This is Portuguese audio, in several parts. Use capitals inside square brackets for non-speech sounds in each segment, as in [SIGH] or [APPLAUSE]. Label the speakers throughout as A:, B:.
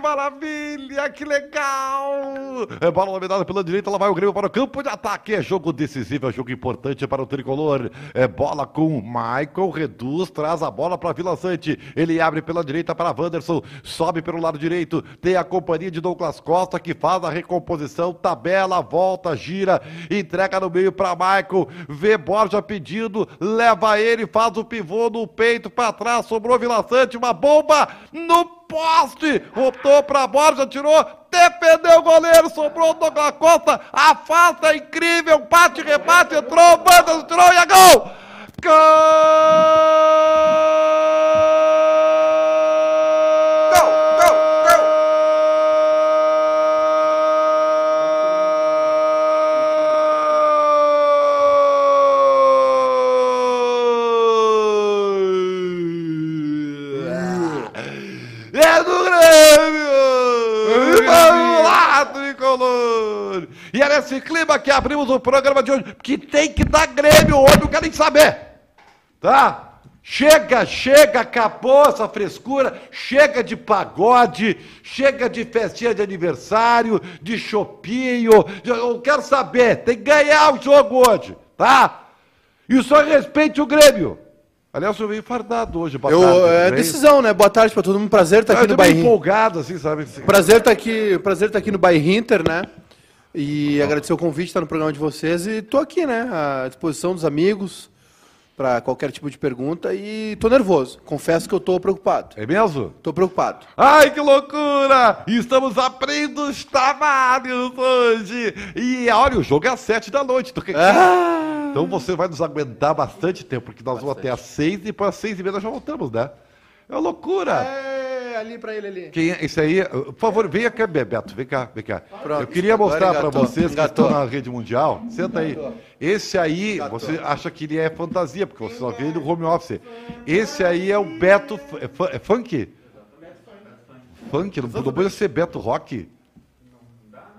A: maravilha, que legal! É bola dominada pela direita, lá vai o Grêmio para o campo de ataque. É jogo decisivo, é jogo importante para o tricolor. É bola com o Michael, reduz, traz a bola para Vila Sante. Ele abre pela direita para Wanderson, sobe pelo lado direito. Tem a companhia de Douglas Costa que faz a recomposição, tabela, volta, gira, entrega no meio para Michael. Vê Borja pedindo, leva ele, faz o pivô no peito para trás, sobrou Vila Sante, uma bomba no poste, optou pra Borja, tirou, defendeu o goleiro, sobrou o Douglas Costa, afasta, incrível, bate, rebate, entrou, Bandas, tirou e é gol! Gol! Gol, gol, gol! É do Grêmio! Vamos lá, tricolor! E é nesse clima que abrimos o programa de hoje, que tem que dar Grêmio hoje, não quero nem saber! Tá? Chega, chega, acabou essa frescura, chega de pagode, chega de festinha de aniversário, de chopinho, de- eu quero saber, tem que ganhar o jogo hoje, tá? E só respeite o Grêmio. Aliás, eu venho fardado hoje, boa
B: Eu,
A: tarde, tudo
B: é
A: bem?
B: decisão, né? Boa tarde pra todo mundo. Prazer estar Tá aqui
A: eu
B: no
A: tô meio
B: Bairro.
A: empolgado, assim, sabe?
B: Prazer estar aqui, prazer tá aqui no Bairro Inter, né? E agradecer o convite, estar no programa de vocês. E tô aqui, né? À disposição dos amigos pra qualquer tipo de pergunta. E tô nervoso. Confesso que eu tô preocupado.
A: É mesmo?
B: Tô preocupado.
A: Ai, que loucura! Estamos abrindo os trabalhos hoje! E olha, o jogo é às sete da noite. tu quer-
B: Ah!
A: Então você vai nos aguentar bastante tempo, porque nós vamos até às seis e depois às seis e meia nós já voltamos, né? É uma loucura!
B: É, ali pra ele ali.
A: Quem é- Isso aí, por favor, venha cá, Bebeto, vem cá, vem cá.
B: Pronto.
A: Eu queria
B: Agora
A: mostrar pra
B: engatou,
A: vocês que
B: engatou.
A: estão na rede mundial. Senta aí. Esse aí, você acha que ele é fantasia, porque você só vê ele no home office. Esse aí é o Beto. F- É, fu- é funk? Funk? Não, não pode ser Beto Rock?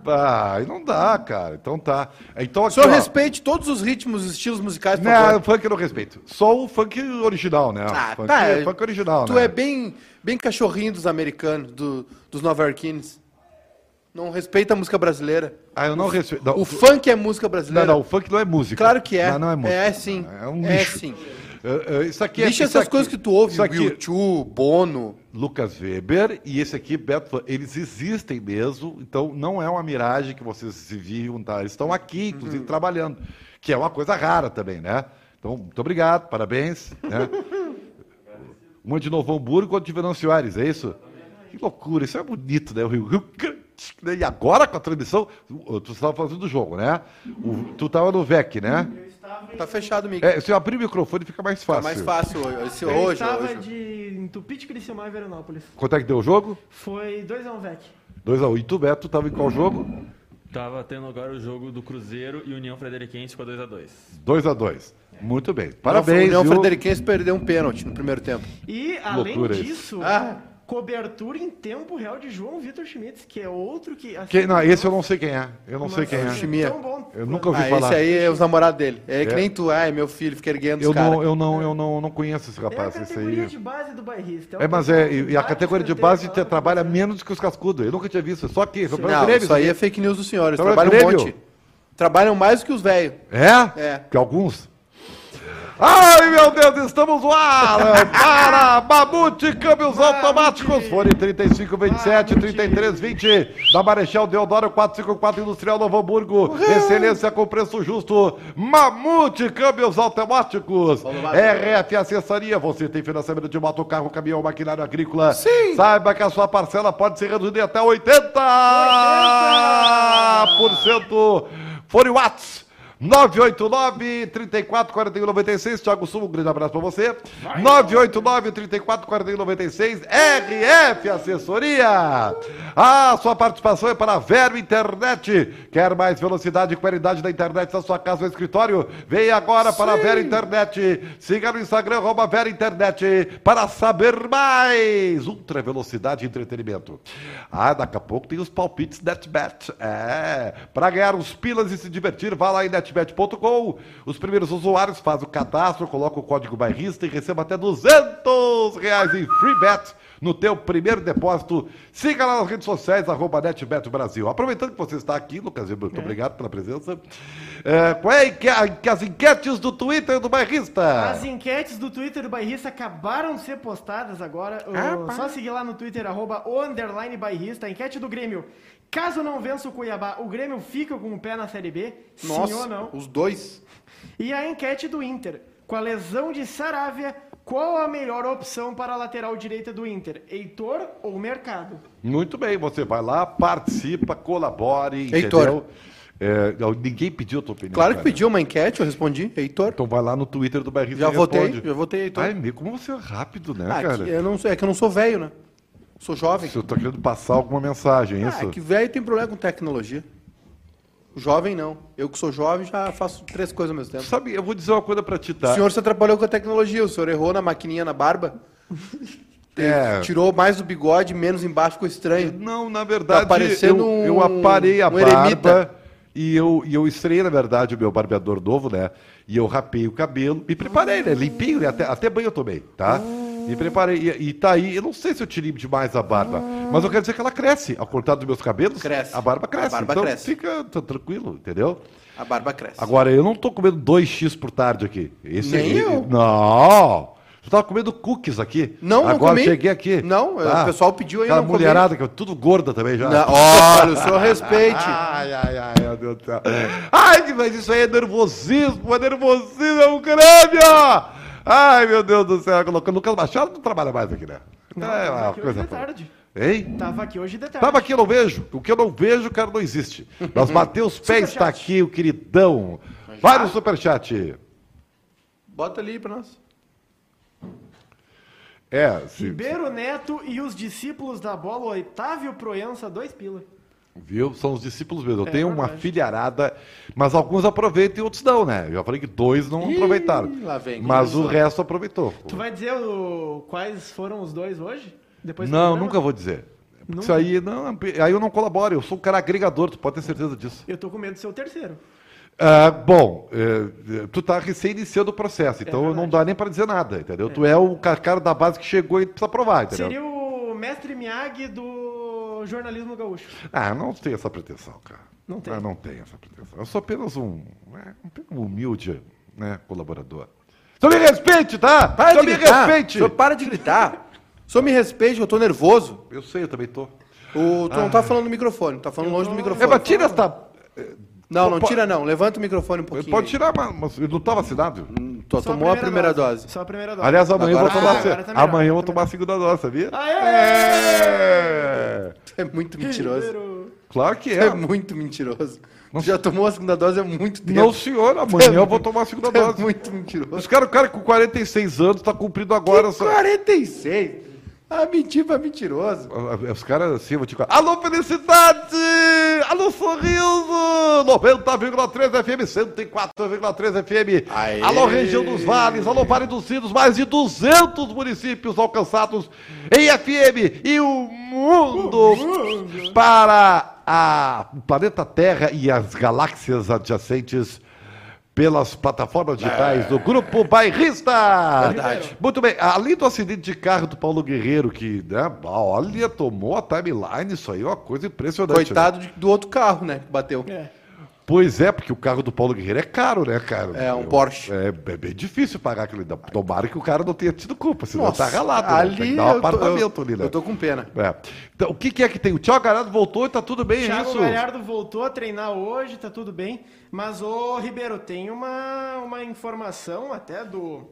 A: Ah, aí não dá, cara. Então tá. Então
B: O
A: aqui,
B: senhor
A: ó,
B: respeite todos os ritmos e estilos musicais, por
A: Não,
B: favor.
A: funk eu não respeito. Só o funk original, né?
B: Ah,
A: funk,
B: tá,
A: é
B: é-
A: funk original,
B: Tu
A: né?
B: é bem, bem cachorrinho dos americanos, do- dos nova-iorquinos. Não respeita a música brasileira.
A: Ah, eu não respeito. Não,
B: O funk é música
A: Não,
B: brasileira.
A: não, o funk não é música.
B: Claro que é.
A: Não, não é música.
B: É sim.
A: É um
B: É
A: lixo.
B: sim.
A: É, é, isso aqui é.
B: Deixa
A: isso
B: essas
A: aqui-
B: coisas que tu ouve,
A: Isso aqui,
B: YouTube, Bono.
A: Lucas Weber e esse aqui, Beto, Fan- eles existem mesmo, então não é uma miragem que vocês se viram, tá? Eles estão aqui, inclusive, trabalhando, que é uma coisa rara também, né? Então, muito obrigado, parabéns. [LAUGHS] Né? Uma de Novo Hamburgo, outra de Venâncio Soares, é isso? Que loucura, isso é bonito, né? O Rio Rio Grande, né? E agora com a transmissão, o- tu estava fazendo o jogo, né? O- tu estava no VEC, né?
B: Tá fechado, Mick.
A: É, se eu abrir o microfone fica mais
B: Tá
A: É fácil.
B: mais fácil hoje. esse
C: Eu
B: hoje,
C: estava
B: hoje.
C: de Tupi de Criciúma e Veranópolis.
A: Quanto é que deu o jogo?
C: Foi 2x1 VEC.
A: 2x1. E tu, Beto, tava em qual jogo?
D: Tava tendo agora o jogo do Cruzeiro e União Frederiquense com a 2x2.
A: 2x2. Muito bem. Parabéns.
B: Não, o Leão
A: viu?
B: Frederiquense perdeu um pênalti no primeiro tempo.
C: E, além
A: loucura isso.
C: disso,
B: Ah.
C: cobertura em tempo real de João Vitor Schmitz, que é outro que... assim,
A: Quem- não, esse eu não sei quem é. Eu não sei
C: mas
A: quem
C: é
A: é.
B: Schmitz. Chimia.
C: tão bom.
A: Eu nunca ouvi
B: Ah,
A: falar.
B: esse aí é os namorados dele. É, que
A: É.
B: nem tu. Ah, é meu filho, fica erguendo
A: eu
B: os caras.
A: não, eu não, eu não, não conheço esse
C: É a
A: rapaz. Esse
C: categoria
A: aí.
C: de base do bairrista.
A: É, mas é, e e a categoria de base te-
C: te
A: trabalha menos que os cascudos. Eu né? nunca tinha visto. Só que. Só
B: Não, isso aí é fake news do senhor. Eles
A: Então é
B: trabalham um
A: Grêmio.
B: monte. Trabalham mais que os velhos.
A: É?
B: É.
A: Que alguns. Ai, meu Deus, estamos no ar é para Mamute Câmbios Automáticos. Fone 3527 3320 da Marechal Deodoro 454 Industrial Novo Hamburgo. Excelência com preço justo. Mamute Câmbios Automáticos. É RF Acessaria. Você tem financiamento de moto, carro, caminhão, maquinário agrícola. Sim. Saiba que a sua parcela pode ser reduzida em até 80%. Fone Watts. 989-344196, Thiago Sumo, um grande abraço pra você. 989-344196, RF Assessoria. A sua participação é para a Vero Internet. Quer mais velocidade e qualidade da internet na sua casa ou escritório? Venha agora para a Vero Internet. Siga no Instagram, arroba Vero Internet, para saber mais. Ultra velocidade e entretenimento. Ah, daqui a pouco tem os palpites NetBet. É, para ganhar uns pilas e se divertir, vá lá em netbet.com. Os primeiros usuários fazem o cadastro, colocam o código bairrista e recebam até 200 reais em free bet. no teu primeiro depósito. Siga lá nas redes sociais, arroba NetBeto Brasil. Aproveitando que você está aqui, Lucas, Weber, muito obrigado pela presença. É, qual é a enque- a- as enquetes do Twitter do Bairrista?
C: As enquetes do Twitter do Bairrista acabaram de ser postadas agora.
A: Ah,
C: Uh, só seguir lá no Twitter, arroba o underline bairrista. Enquete do Grêmio. Caso não vença o Cuiabá, o Grêmio fica com o pé na Série B?
B: Nossa,
C: Sim ou não?
B: os dois.
C: E a enquete do Inter. Com a lesão de Saravia, qual a melhor opção para a lateral direita do Inter? Heitor ou Mercado?
A: Muito bem, você vai lá, participa, colabore,
B: Heitor.
A: entendeu? É, não, ninguém pediu a tua opinião.
B: Claro que
A: cara.
B: pediu uma enquete, eu respondi, Heitor.
A: Então vai lá no Twitter do Bairrista
B: Já
A: e
B: votei,
A: responde.
B: já votei, Heitor.
A: Ai, meu, como você é rápido, né,
B: Ah,
A: cara?
B: que eu não sou- é que eu não sou velho, né? Sou jovem.
A: Você tá querendo passar alguma mensagem, é
B: Ah,
A: isso?
B: que velho tem problema com tecnologia. Jovem não. Eu que sou jovem já faço três coisas ao mesmo tempo.
A: Sabe, eu vou dizer uma coisa pra ti, tá?
B: O senhor se atrapalhou com a tecnologia, o senhor errou na maquininha na barba.
A: É.
B: Tirou mais do bigode, menos embaixo, ficou estranho.
A: Não, na verdade,
B: Tá parecendo
A: eu, eu
B: um-
A: aparei a
B: um
A: barba
B: eremita.
A: e eu, e eu estreiei, na verdade, o meu barbeador novo, né? E eu rapei o cabelo, me preparei, né? Limpinho, né? Até, até banho eu tomei, tá? Me preparei. E, e tá aí, eu não sei se eu tirei demais a barba, mas eu quero dizer que ela cresce. Ao cortar dos meus cabelos,
B: Cresce.
A: a barba cresce.
B: A barba
A: então
B: cresce.
A: fica tá tranquilo, entendeu?
B: A barba cresce.
A: Agora, eu não tô comendo 2x por tarde aqui. Esse
B: Nem
A: e-
B: eu.
A: Não! Eu tava comendo cookies aqui.
B: Não, não
A: Agora
B: comi.
A: cheguei aqui. Tá.
B: Não, o pessoal pediu aí,
A: Aquela
B: não comi.
A: mulherada, que é tudo gorda também já.
B: Na- olha, o senhor respeite.
A: Ai, ai, ai, meu Deus do céu. Ai, que- mas isso aí é nervosismo, é nervosismo, é um Grêmio! Ai, meu Deus do céu, colocando Lucas Machado não trabalha mais aqui, né? é
C: tava
A: uma
C: aqui
A: coisa
C: hoje de
A: foda.
C: tarde.
A: Hein?
C: Tava aqui hoje de tarde.
A: Tava aqui, eu não vejo. O que eu não vejo, cara, não existe.
B: [LAUGHS]
A: Nós Matheus Pés
C: Superchat.
A: está aqui, o queridão. Vai no superchat.
B: Bota ali pra nós.
A: É, se,
C: Ribeiro Neto e os discípulos da bola, Otávio Proença, dois pila.
A: Viu? São os discípulos mesmo. Eu
C: É
A: tenho uma
C: verdade.
A: filharada, mas alguns aproveitam e outros não, né? Eu já falei que dois não aproveitaram.
B: lá vem,
A: mas o
B: começou.
A: resto aproveitou.
C: Tu vai dizer o- quais foram os dois hoje? Depois do
A: Não,
C: programa?
A: nunca vou dizer. Porque
C: Nunca?
A: Isso aí, não, aí eu não colaboro, eu sou um cara agregador, tu pode ter certeza disso.
C: Eu tô com medo de ser o terceiro.
A: Ah, bom, eh, tu tá recém-iniciando o processo, então não
C: É verdade.
A: dá nem pra dizer nada, entendeu? Tu é o ca- cara da base que chegou e precisa provar, entendeu?
C: Seria o mestre Miyagi do jornalismo gaúcho.
A: Ah, não tem essa pretensão, cara.
C: Não tem.
A: Ah, não tem essa pretensão. Eu sou apenas um, né, um humilde né, colaborador. Só me respeite, tá? Só me respeite.
B: O senhor para de gritar. O senhor me respeite, eu tô nervoso.
A: Eu sei, eu também tô.
B: O, tu não
A: Ah.
B: tá falando no microfone, tá falando longe do microfone.
A: É, mas tira esta.
B: Não, não
A: Po-
B: tira não. Levanta o microfone um pouquinho.
A: Pode
B: aí.
A: tirar, mas- mas eu não estava assinado.
B: Tu
C: Só
B: tomou a primeira dose.
C: Só a primeira dose.
A: Aliás,
C: [LAUGHS]
A: amanhã eu
B: Agora
A: vou
B: tá
A: tomar,
B: melhor,
A: a se-
C: agora tá melhor,
A: amanhã eu vou
C: tá
A: tomar a segunda dose, sabia?
C: Aê!
A: É.
B: É muito [LAUGHS] mentiroso.
C: Primeiro.
A: Claro que é.
B: É muito mentiroso. Tu já tomou a segunda dose há muito tempo.
A: Não, senhor, amanhã eu vou tomar a segunda
B: Tu É
A: dose.
B: muito mentiroso.
A: Os caras, o cara com 46 anos tá cumprindo agora.
B: Que
A: essa-
B: 46. Ah, mentir pra mentiroso.
A: Os caras assim, eu vou te falar. Alô, felicidade! Alô, sorriso! 90,3 FM, 104,3 FM.
B: Aê!
A: Alô, região dos vales, alô, Vale dos Sinos, mais de 200 municípios alcançados em FM e o mundo para a, o planeta Terra e as galáxias adjacentes pelas plataformas digitais do Grupo Bairrista.
B: Verdade.
A: Muito bem, além do acidente de carro do Paulo Guerreiro, que, né, olha, tomou a timeline, isso aí é uma coisa impressionante. né?
B: Coitado de- do outro carro, né? Que bateu.
C: É.
A: Pois é, porque o carro do Paulo Guerreiro é caro, né, cara?
B: É, um
A: Eu-
B: Porsche.
A: É, é bem difícil pagar aquele. Tomara que o cara não tenha tido culpa, senão
B: Nossa,
A: tá ralado. né? Tem
B: ali
A: que dar um
B: eu tô-
A: apartamento
B: eu-
A: ali, né?
B: Eu tô com pena.
A: É. Então, o que, que é que tem? O Thiago Garado voltou e tá tudo bem, é
C: Thiago
A: isso?
C: Galhardo voltou a treinar hoje, tá tudo bem. Mas, ô Ribeiro, tem uma, uma informação até do,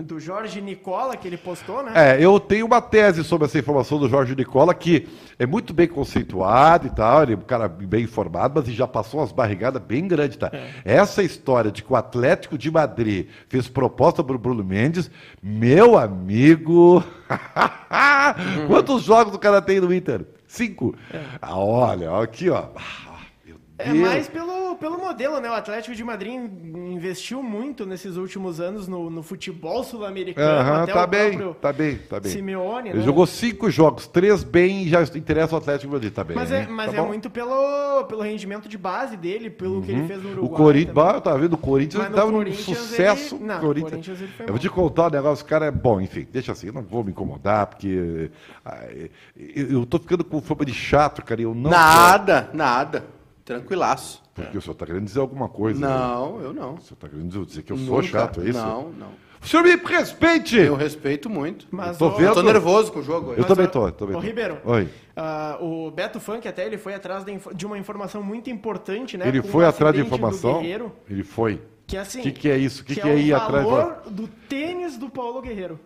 C: do Jorge Nicola que ele postou, né?
A: É, eu tenho uma tese sobre essa informação do Jorge Nicola, que é muito bem conceituado e tal, ele é um cara bem informado, mas ele já passou umas barrigadas bem grandes, tá?
C: É.
A: Essa história de que o Atlético de Madrid fez proposta pro Bruno Mendes, meu amigo. [LAUGHS] Quantos jogos o cara tem no Inter? Cinco. Ah, olha, ó, aqui, ó. Ah, meu
C: É
A: Deus.
C: mais pelo, pelo modelo, né? O Atlético de Madrid investiu muito nesses últimos anos no, no futebol sul-americano.
A: Aham,
C: até
A: tá
C: o
A: bem,
C: próprio
A: tá bem, tá bem.
C: Simeone,
A: Ele
C: né?
A: jogou cinco jogos, três bem e já interessa o Atlético de Madrid, tá bem.
C: Mas é,
A: né?
C: mas
A: Tá
C: é
A: bom? Uhum.
C: muito pelo, pelo rendimento de base dele, pelo que ele fez no
A: O
C: Uruguai.
A: Corinthians,
C: também.
A: bah, tá vendo? O Corinthians
C: Mas no
A: tava um
C: Corinthians ele-
A: sucesso.
C: não, no
A: Corinthians.
C: Corinthians ele foi
A: eu vou
C: mal.
A: te contar um negócio, o cara é bom, enfim, deixa assim, eu não vou me incomodar, porque ah, eu eu tô ficando com fama de chato, cara, e eu não.
B: Nada, nada. Tranquilaço.
A: quero, porque o senhor tá querendo dizer alguma coisa. né?
B: Não, eu não.
A: O senhor tá querendo dizer que eu sou
B: Nunca.
A: chato, é isso?
B: Não, não.
A: O senhor me respeite!
B: Eu
A: Eu,
B: respeito muito.
C: Mas
A: tô
C: o-
A: vendo.
B: Eu tô nervoso com o jogo é hoje.
C: Mas
A: também
C: o-
A: tô, eu também
C: Ô,
A: tô.
C: Ribeiro.
A: Oi.
C: ah, o Beto Funk até ele foi atrás de, info- de uma informação muito importante, né?
A: Ele
C: com o
A: foi atrás de
C: acidente do
A: informação.
C: Guerreiro,
A: Ele foi.
C: que é assim.
A: Que que é isso? Que que é
C: o
A: ir atrás de-
C: valor do tênis do Paulo Guerreiro.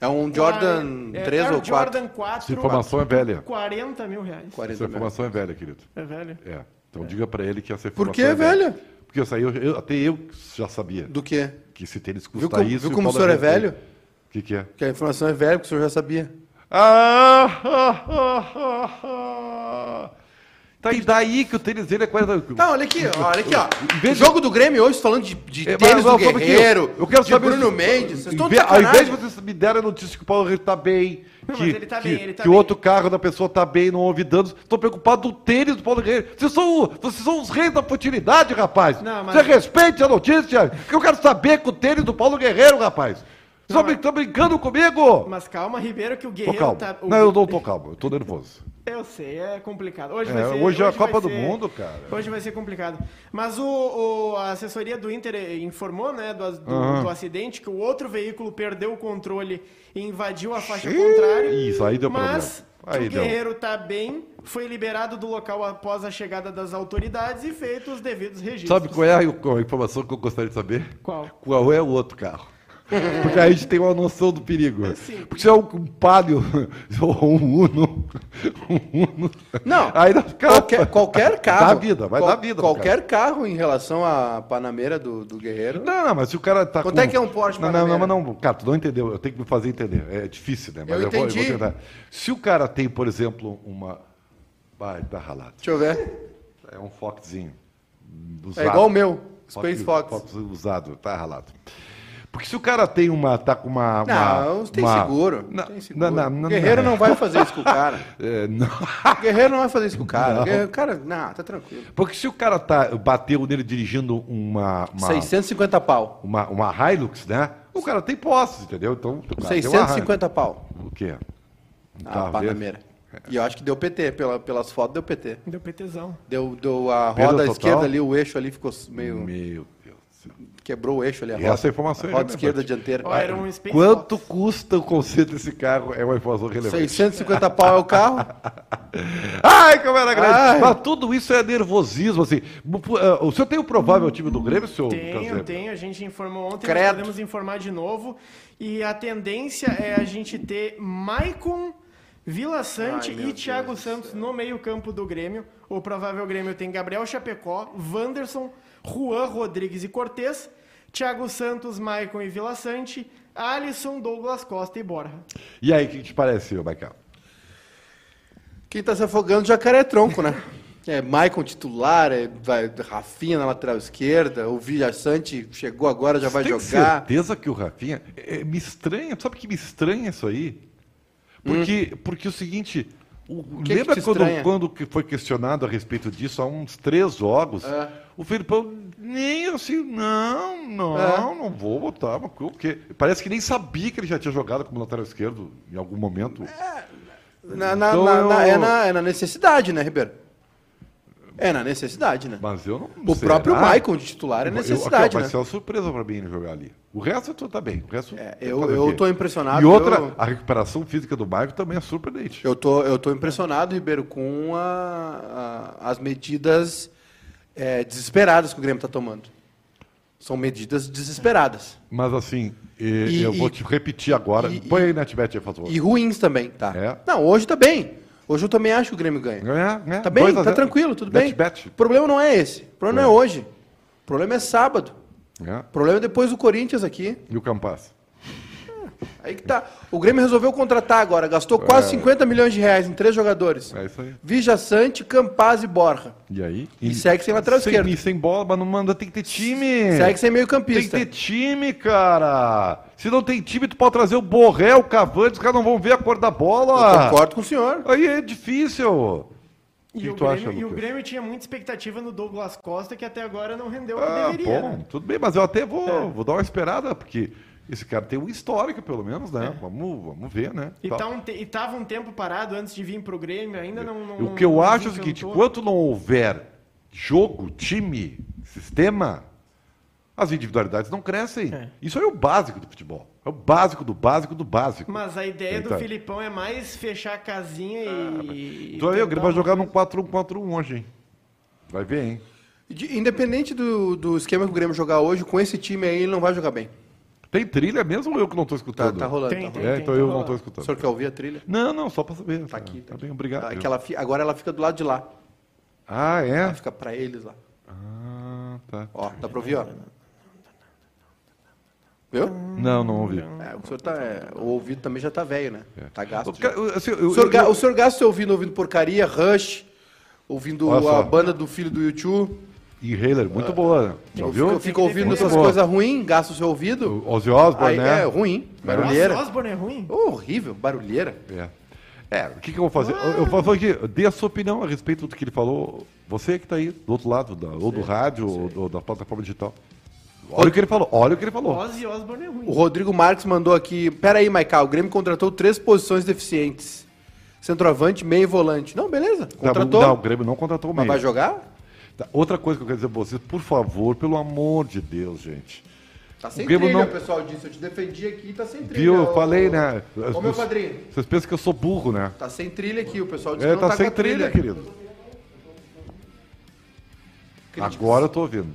B: É um Jordan
C: Ah, é-
B: 3
C: é
B: ou
C: o
B: 4.
C: Jordan 4.
A: Essa informação é velha.
C: 40 mil reais.
B: 40
A: Essa informação é velha, querido.
C: É velho.
A: É. Então diga pra ele que essa
B: Por
A: informação
B: que
A: é velha.
B: velha?
A: Porque isso aí eu, eu- até eu já sabia.
B: Do quê?
A: Que se tênis custa
B: Viu como-
A: isso...
B: viu como o senhor é velho?
A: O que que é?
B: Que a informação é velha, porque o senhor já sabia.
A: Ah, ah, ah, ah, ah. Tá, e daí que o tênis dele é 40...
B: Tá, olha aqui, ó, olha aqui, ó.
A: Em vez de-
B: Jogo do Grêmio hoje, falando de, de
A: É,
B: tênis
A: mas eu
B: do
A: falo que
B: Guerreiro,
A: eu quero
B: de
A: saber
B: Bruno
A: se-
B: Mendes. Vocês estão de
A: Em ve- Ao invés de
B: sacanagem.
A: vocês me derem a notícia que o Paulo Henrique tá bem,
C: Não,
A: que,
C: mas ele tá
A: que,
C: bem, ele tá
A: que o
C: bem.
A: outro carro da pessoa tá bem, não houve danos, estou preocupado do tênis do Paulo Henrique. Vocês são, vocês são os reis da futilidade, rapaz.
C: Não, mas-
A: Você respeite a notícia, que eu quero saber com o tênis do Paulo Guerreiro, rapaz. Vocês
C: mas-
A: estão brincando comigo?
C: Mas calma, Ribeiro, que o
A: Tô
C: Guerreiro
A: calmo.
C: tá. o-
A: Não, eu não tô calmo, eu tô nervoso.
C: Eu sei, é complicado. Hoje,
A: É,
C: vai ser,
A: hoje é a
C: vai
A: Copa do Mundo, cara.
C: Hoje vai ser complicado. Mas o, o- a assessoria do Inter eh, informou, né, do, do-
A: Aham.
C: do acidente, que o outro veículo perdeu o controle e invadiu a faixa contrária.
A: Isso, aí deu
C: mas
A: problema. Aí
C: que o
A: deu.
C: Guerreiro tá bem, foi liberado do local após a chegada das autoridades e feitos os devidos registros.
A: Sabe qual é a, qual a informação que eu gostaria de saber?
C: Qual?
A: Qual é o outro carro? Porque aí a gente tem uma noção do
B: [LAUGHS]
A: perigo.
C: Sim.
A: Porque se é um palio [LAUGHS] ou um Uno, um Uno.
B: Não,
A: Aí dá- cara,
B: qualquer,
A: [LAUGHS]
B: qualquer carro.
A: Dá vida, vai
B: qual-
A: dar vida pro
B: Qualquer carro em relação à Panameira do, do Guerreiro.
A: Não, não, mas se o cara tá
B: Quanto
A: com...
B: é que é um Porsche
A: Não, não, não,
B: Panamera?
A: mas não, cara, tu não entendeu. Eu tenho que me fazer entender. É difícil, né? Mas
B: Eu
A: vou-
B: entendi.
A: vou tentar. Se o cara tem, por exemplo, uma... Vai, tá ralado.
B: Deixa eu ver.
A: É um Foxzinho. usado.
B: É igual o meu,
A: Fox-
B: Space Fox.
A: usado, tá ralado. Porque se o cara tem uma... Tá com uma...
B: Não,
A: uma,
B: tem
A: uma-
B: seguro.
A: Não,
B: tem seguro.
A: não, não, não.
B: Guerreiro não vai fazer isso com o cara.
A: [LAUGHS] É, não.
B: Guerreiro não vai fazer isso com o cara.
A: Não.
B: Guerreiro, cara, não, tá tranquilo.
A: Porque se o cara tá, bateu nele dirigindo uma, uma,
B: 650 pau.
A: uma, uma Hilux, né? O cara tem posses, entendeu? Então, o cara tem uma
B: 650 pau.
A: Hilux. O quê? Não
B: A
A: tá vendo?
B: Panameira. E eu acho que deu PT, pela, pelas fotos deu PT.
C: Deu PTzão.
B: Deu, deu a
A: Perda
B: roda
A: total?
B: esquerda ali, o eixo ali ficou meio.
A: Meu Deus do céu.
B: Quebrou o eixo ali. A
A: E
B: roda,
A: essa informação
B: a
A: é
B: roda
A: relevante.
B: esquerda dianteira.
C: Ó, era um Space
A: Ah, Quanto custa o conceito desse carro? É uma informação relevante.
B: 650 pau é o carro.
A: [LAUGHS] Ai, como era grande!
B: Ai.
A: Mas tudo isso é nervosismo, assim. Bu- pu- ah, O senhor tem o provável time do Grêmio, senhor? Lucas
C: Tenho,
A: Weber?
C: tenho. A gente informou ontem, nós
B: Credo.
C: podemos informar de novo. E a tendência é a gente ter Maicon, Vila Sante
B: Ai,
C: e
B: meu
C: Thiago
B: Deus do
C: Santos no meio-campo do Grêmio. O provável Grêmio tem Gabriel Chapecó, Wanderson, Juan Rodrigues e Cortez, Thiago Santos, Maicon e Vila Sante, Alisson, Douglas Costa e Borja.
A: E aí, o que te parece, ô, Michael?
B: Quem tá se afogando jacaré é tronco, né? É Maicon titular, é vai, Rafinha na lateral esquerda, o Villa Sante chegou agora, já vai
A: Tem
B: jogar.
A: certeza que o Rafinha. é, me estranha, sabe que me estranha isso aí? Porque, porque é o seguinte. o-
B: Hum. que
A: lembra
B: te
A: quando,
B: estranha?
A: quando que foi questionado a respeito disso há uns três jogos?
B: É.
A: O Felipão nem assim, não, não,
B: É.
A: não vou botar. Mas o quê? Parece que nem sabia que ele já tinha jogado como lateral esquerdo em algum momento.
B: É. Na, na-
A: Então
B: na- na-
A: eu-
B: é, na, é na necessidade, né, Ribeiro? É na necessidade, né?
A: Mas eu não Ah,
B: O
A: será?
B: próprio Maicon de titular é
A: Eu-
B: necessidade,
A: aqui, ó, Vai
B: né?
A: ser uma surpresa pra mim ele jogar ali. O resto tu tá bem. O resto
B: É,
A: tá
B: eu,
A: fazendo o
B: eu
A: quê?
B: tô impressionado.
A: E outra,
B: eu-
A: a recuperação física do Maicon também é surpreendente.
B: Eu tô, eu tô impressionado, Ribeiro, com a- a- as medidas é, desesperadas que o Grêmio está tomando. São medidas desesperadas.
A: Mas assim, e-
B: E-
A: eu vou
B: e-
A: te repetir agora.
B: e-
A: Põe aí NetBet aí, por favor.
B: E ruins também, tá?
A: É.
B: Não, hoje tá bem. Hoje eu também acho que o Grêmio ganha.
A: É, é,
B: Tá bem,
A: dois a
B: tá
A: zero.
B: tranquilo, tudo bem.
A: NetBet.
B: O problema não é esse. O problema não
A: É.
B: é hoje. O problema é sábado.
A: É.
B: O problema é depois do Corinthians aqui.
A: E o Campas?
B: Aí que tá. O Grêmio resolveu contratar agora, gastou quase 50 milhões de reais em três jogadores.
A: É isso aí.
B: Vija Sante, Campaz e Borja.
A: E aí?
B: E segue sem lateral
A: sem,
B: esquerdo.
A: E sem bola, mas não manda, tem que ter time.
B: Segue sem meio
A: É. Tem que
B: campista.
A: ter time, cara. Se não tem time, tu pode trazer o Borré, o Cavani, os caras não vão ver a cor da bola.
B: Concordo com o senhor.
A: Aí é difícil.
C: E,
A: Que
C: o
A: tu
C: Grêmio,
A: acha,
C: e o
A: Lucas?
C: Grêmio tinha muita expectativa no Douglas Costa, que até agora não rendeu o que
A: Ah,
C: deveria.
A: bom,
C: né? É.
A: tudo bem, mas eu até vou, vou dar uma esperada, porque esse cara tem um histórico, pelo menos, né? Vamos, vamos ver, né?
C: É. E,
A: Tá.
C: tá um te- e tava um tempo parado antes de vir pro Grêmio, ainda não. não-
A: O que eu
C: não
A: acho é o seguinte:
C: um- desencantou.
A: enquanto não houver jogo, time, sistema, as individualidades não crescem.
C: É.
A: Isso aí é o básico do futebol. É o básico do básico do básico.
C: Mas a ideia do
A: Eita.
C: Filipão é mais fechar a casinha e.
A: Então aí, o Grêmio vai
C: tentar-
A: jogar num 4-1-4-1 hoje, hein? Vai ver, hein?
B: De- Independente do, do esquema que o Grêmio jogar hoje, com esse time aí ele não vai jogar bem.
A: Tem trilha mesmo ou eu que não tô
B: Tá,
A: escutando?
B: tá rolando.
C: Tem,
B: tá
C: tem.
B: rolando.
A: É, então eu não tô escutando.
B: O senhor quer ouvir a trilha?
A: Não, não, só pra saber.
B: Tá aqui, tá
A: Tá
B: aqui.
A: bem, obrigado.
B: Ah, que ela fi- agora ela fica do lado de lá.
A: Ah,
B: Ela
A: é?
B: fica pra eles lá.
A: Ah, tá.
B: Ó, dá pra ouvir, ó. Viu?
A: Não, não ouvi.
B: É, o senhor tá. é, o ouvido também já tá velho, né? Tá gasto.
A: O ca-
B: já.
A: o- assim,
B: O
A: É. eu-
B: senhor, ga-
A: eu-
B: o senhor gasta seu ouvindo ouvindo porcaria, Rush, ouvindo
A: Olha só.
B: a banda do filho do YouTube.
A: Inhaler, muito boa. né? Já
B: Fica,
A: ouviu?
B: fica ouvindo
A: Muito
B: essas
A: boa.
B: coisas ruins, gasta o seu ouvido.
A: O Ozzy Osbourne,
B: Aí
A: né?
B: é ruim,
C: Nossa,
B: barulheira.
C: Osborne é ruim?
B: Ô, horrível, barulheira.
A: É. É, o que, que eu vou fazer? Eu, eu vou fazer aqui, dê a sua opinião a respeito do que ele falou. Você que está aí do outro lado, da- ou do rádio, ou, do- da plataforma digital. Olha o que ele falou, olha o que ele falou.
C: Ozzy Osborne é ruim.
B: O Rodrigo Marques mandou aqui. Pera aí, Maiká, o Grêmio contratou três posições deficientes. Centroavante, meio e volante. Não, beleza. Contratou.
A: Tá Não, o Grêmio não contratou o
B: mas
A: meio.
B: vai jogar?
A: Tá, Outra coisa que eu quero dizer pra vocês, por favor, pelo amor de Deus, gente.
B: Tá sem
A: O Grêmio
B: trilha,
A: não-
B: o pessoal disse. Eu te defendi aqui, tá sem trilha.
A: Viu? Eu
B: ô-
A: falei, né?
B: Ô, meu padrinho.
A: Vocês pensam que eu sou burro, né?
B: Tá sem trilha aqui, o pessoal disse
A: É,
B: que
A: tá,
B: não tá,
A: sem
B: com a trilha.
A: trilha, querido. Agora eu tô ouvindo.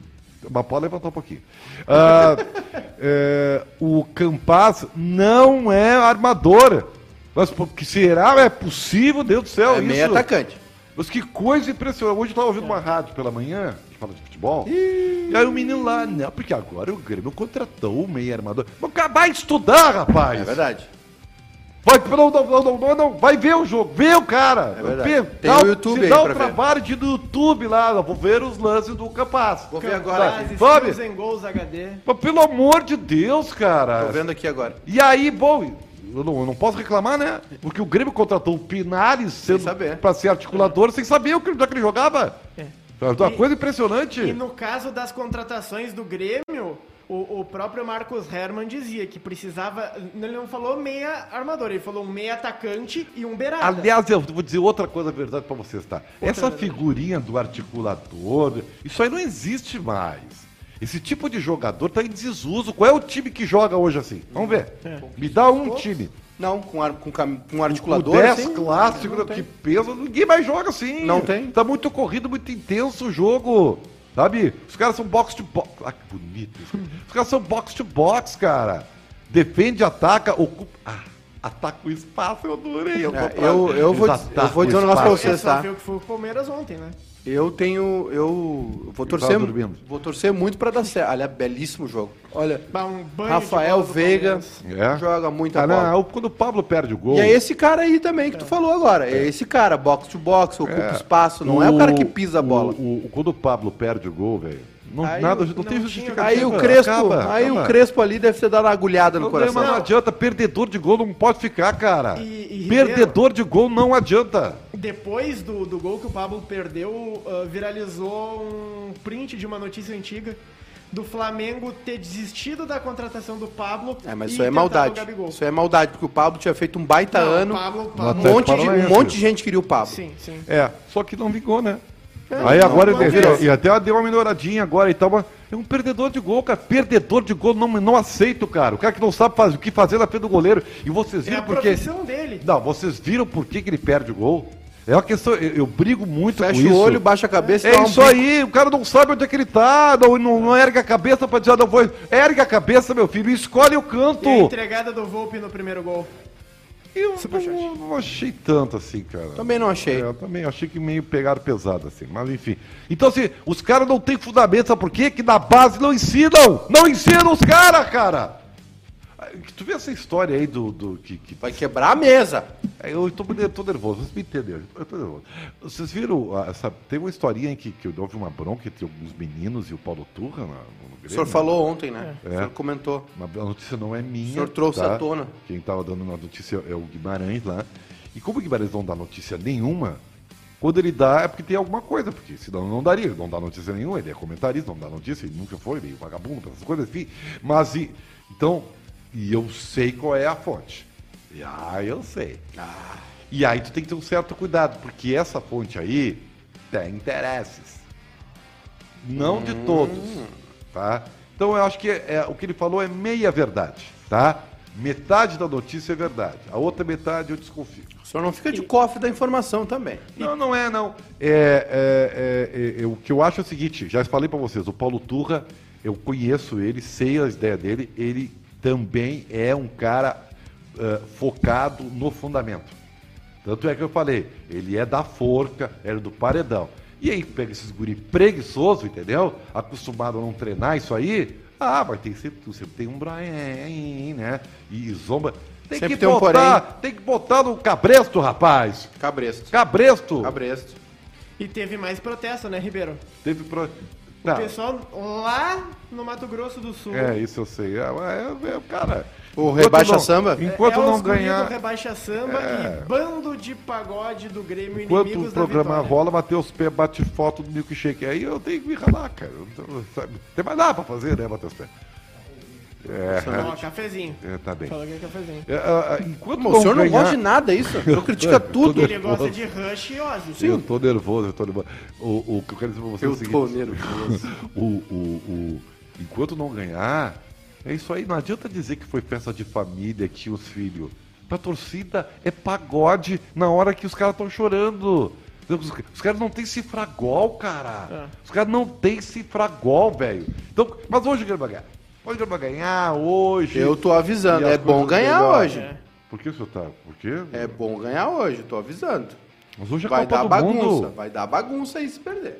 A: Mas pode levantar um pouquinho. Ah, [LAUGHS] é, o Campaz não é armador. Mas por que será? É possível, Deus do céu,
B: É
A: isso?
B: meio atacante.
A: Mas que coisa impressionante. Hoje eu tava ouvindo uma rádio pela manhã, que fala de futebol. E aí o menino lá, não, porque agora o Grêmio contratou o meio armador. Mas cara, vai estudar, rapaz.
B: É verdade.
A: Vai, não, não, não, não, não, não, vai ver o jogo, vê o cara.
B: É verdade.
A: Vê,
B: Tem o YouTube
A: se
B: aí
A: dá
B: pra
A: o
B: ver.
A: trabalho de ir no YouTube lá, eu vou ver os lances do Capaz.
B: Vou ver
C: Campazes,
B: agora.
A: Vai. Sabe?
C: skills and goals HD.
A: Mas pelo amor de Deus,
B: Tô
A: cara.
B: vendo aqui agora.
A: E aí, bom, eu não, eu não posso reclamar, né? Porque o Grêmio contratou o Pinares sendo
B: saber.
A: pra ser articulador sem saber o que já que ele jogava.
C: É.
A: É Uma
C: E-
A: coisa impressionante.
C: E no caso das contratações do Grêmio, o, o próprio Marcos Herman dizia que precisava. Ele não falou meia armador, ele falou um meia atacante e um beirada.
A: Aliás, eu vou dizer outra coisa verdade pra vocês, tá? Essa figurinha do articulador, isso aí não existe mais. Esse tipo de jogador tá em desuso. Qual é o time que joga hoje assim? Vamos ver. Me dá um time.
B: Não, com, ar, com, cam- com
A: O
B: articulador.
A: 10
B: assim,
A: clássico
B: não
A: que
B: tem.
A: pesa, ninguém mais joga assim.
B: Não tem.
A: Tá muito corrido, muito intenso o jogo. Sabe? Os caras são box to box. Ah, que bonito isso. Os caras são box to box, cara. Defende, ataca, ocupa. Ah, ataca o espaço, eu adorei.
B: É,
A: pra-
B: eu, eu, vou,
A: Eles
B: dizer- eu
A: atacam
B: vou dizer um
A: o
B: negócio pra
A: espaço.
C: É
B: vocês,
C: só
B: tá?
C: ver o que foi o Palmeiras ontem, né?
B: Eu tenho. Eu vou
A: tava
B: torcer.
A: dormindo.
B: Vou torcer muito pra dar certo. Olha, belíssimo jogo. Olha.
C: Bah, um banho de
B: Rafael
C: bola do
B: Veiga
C: Palmeiras.
A: É.
B: joga muita
A: Ah,
B: bola.
A: não, quando o Pablo perde o gol.
B: tá, né? E é esse cara aí também que tu falou agora. É esse cara, box to box, ocupa espaço. Não é o cara que pisa a bola.
A: o- o- quando o Pablo perde o gol, velho. Não,
B: Aí
A: nada,
B: o-
A: não,
C: não
A: tem
C: tinha-
A: justificativa.
B: Aí o Crespo,
A: Acaba,
B: aí
A: acaba.
B: o Crespo ali deve ter dado uma agulhada no
A: Não,
B: coração.
A: mas não adianta, perdedor de gol não pode ficar, cara.
C: E- e
A: perdedor de gol não adianta.
C: Depois do, do gol que o Pablo perdeu, ah, viralizou um print de uma notícia antiga do Flamengo ter desistido da contratação do Pablo.
B: É, mas
C: e
B: isso aí é
C: tentado o
B: maldade.
C: tá, Gabigol.
B: Isso aí é maldade, porque o Pablo tinha feito um baita
C: Não,
B: ano.
C: Pablo-
B: um,
C: Pablo-
B: monte de, um
A: Paranaense.
B: monte de gente queria o Pablo.
C: Sim, sim.
A: É, só que não vingou, né? aí agora
C: não
A: ele
C: acontece.
A: e até deu uma melhoradinha agora e tal, mas é um perdedor de gol, cara. Perdedor de gol não, não aceito, cara. O cara que não sabe fazer, o que fazer na frente do goleiro. E vocês
C: É
A: viram
C: a
A: por quê?
C: profissão dele.
A: Não, vocês viram por que, que ele perde o gol? É uma questão, eu, eu brigo muito
B: Fecha
A: com isso.
B: o olho, baixa a cabeça
A: É
B: dá um
A: isso aí, o cara não sabe onde é que ele tá, não, não, não ergue a cabeça pra dizer, "Ah, não vou. Ergue a cabeça, meu filho, e escolhe o canto.
C: E a entregada do Volpe no primeiro gol.
A: Eu
C: Superchat.
A: não, não achei tanto assim, cara.
B: Também não achei.
A: É, eu também achei que meio pegaram pesado assim, mas enfim. Então, assim, os caras não têm fundamento, sabe por quê? Que na base não ensinam! Não ensinam os caras, cara! Tu vê essa história aí do, do que, que
B: Vai quebrar a mesa.
A: Eu tô, eu tô nervoso, vocês me entenderam. Eu tô nervoso. Vocês viram, ah, essa, tem uma historinha em que, que houve uma bronca entre alguns meninos e o Paulo Turra na- no Grêmio.
B: O senhor falou ontem, né?
A: É.
B: O senhor comentou.
A: Mas A notícia não é minha.
B: O senhor trouxe à tona.
A: Quem estava dando a notícia é o Guimarães lá. E como o Guimarães não dá notícia nenhuma, quando ele dá é porque tem alguma coisa, porque senão não daria. Ele não dá notícia nenhuma, ele é comentarista, não dá notícia, ele nunca foi, meio vagabundo, essas coisas, enfim. Mas, e, então, e eu sei qual é a fonte. E, ah, eu sei.
B: Ah.
A: E aí tu tem que ter um certo cuidado, porque essa fonte aí tem interesses. Não de todos, tá? Então eu acho que é, o que ele falou é meia verdade, tá? Metade da notícia é verdade, a outra metade eu desconfio.
B: O senhor não fica de cofre da informação também.
A: Não, não é, não. É, é, é, é, é, o que eu acho é o seguinte, já falei pra vocês, o Paulo Turra, eu conheço ele, sei as ideias dele, ele também é um cara ah, focado no fundamento. Tanto é que eu falei, ele é da forca, era do paredão. E aí pega esses guri preguiçoso, entendeu? Acostumado a não treinar isso aí. Ah, mas tem sempre, sempre tem um Brian, né? E zomba. Tem
B: Sempre
A: que
B: tem um
A: botar,
B: porém.
A: tem que botar no cabresto, rapaz.
B: Cabresto.
A: Cabresto.
B: Cabresto.
C: E teve mais protesto, né, Ribeiro?
A: Teve pro...
C: O
A: Tá.
B: Ah.
C: pessoal lá no Mato Grosso do Sul.
A: É, isso eu sei. É, é, é, cara.
B: O
A: enquanto
B: rebaixa
A: não-
B: samba?
A: Enquanto
C: é os
A: não
C: guri
A: ganhar.
C: do Rebaixa Samba
A: É.
C: e bando de pagode do Grêmio
A: Enquanto
C: inimigos
A: o
C: da
A: programa
C: vitória.
A: rola, bater os pés, bate foto do milkshake. Aí eu tenho que me ralar, cara. Eu não- sabe? Tem mais nada pra fazer, né, bater os pés.
C: Ó, cafezinho.
A: É, tá bem.
C: Falou que é cafezinho.
A: É, ah, ah, enquanto
B: Pô, o senhor não
A: ganhar-
B: gosta de nada,
A: [LAUGHS]
B: é isso? O senhor critica tudo.
C: Ele gosta de Rush e Ozzy.
A: Eu tô nervoso, eu tô nervoso. O, o que eu quero dizer pra vocês é o seguinte.
B: nervoso.
A: o, o, o- enquanto não ganhar, é isso aí. Não adianta dizer que foi festa de família, que os filhos. Pra torcida é pagode na hora que os caras estão chorando. Os, os caras não têm cifragol,
B: É.
A: cara. Os caras não têm cifragol, velho. Então, mas hoje o Grêmio vai ganhar. Hoje o Grêmio vai ganhar, hoje.
B: Eu tô
A: E
B: avisando,
A: as
B: é bom
A: coisas
B: ganhar
A: melhoram.
B: hoje.
C: É.
A: Por que, senhor Taco? Por quê?
B: É bom ganhar hoje, tô avisando.
A: Mas hoje é
B: Vai
A: Copa
B: dar
A: do
B: bagunça,
A: Mundo.
B: vai dar bagunça aí se perder.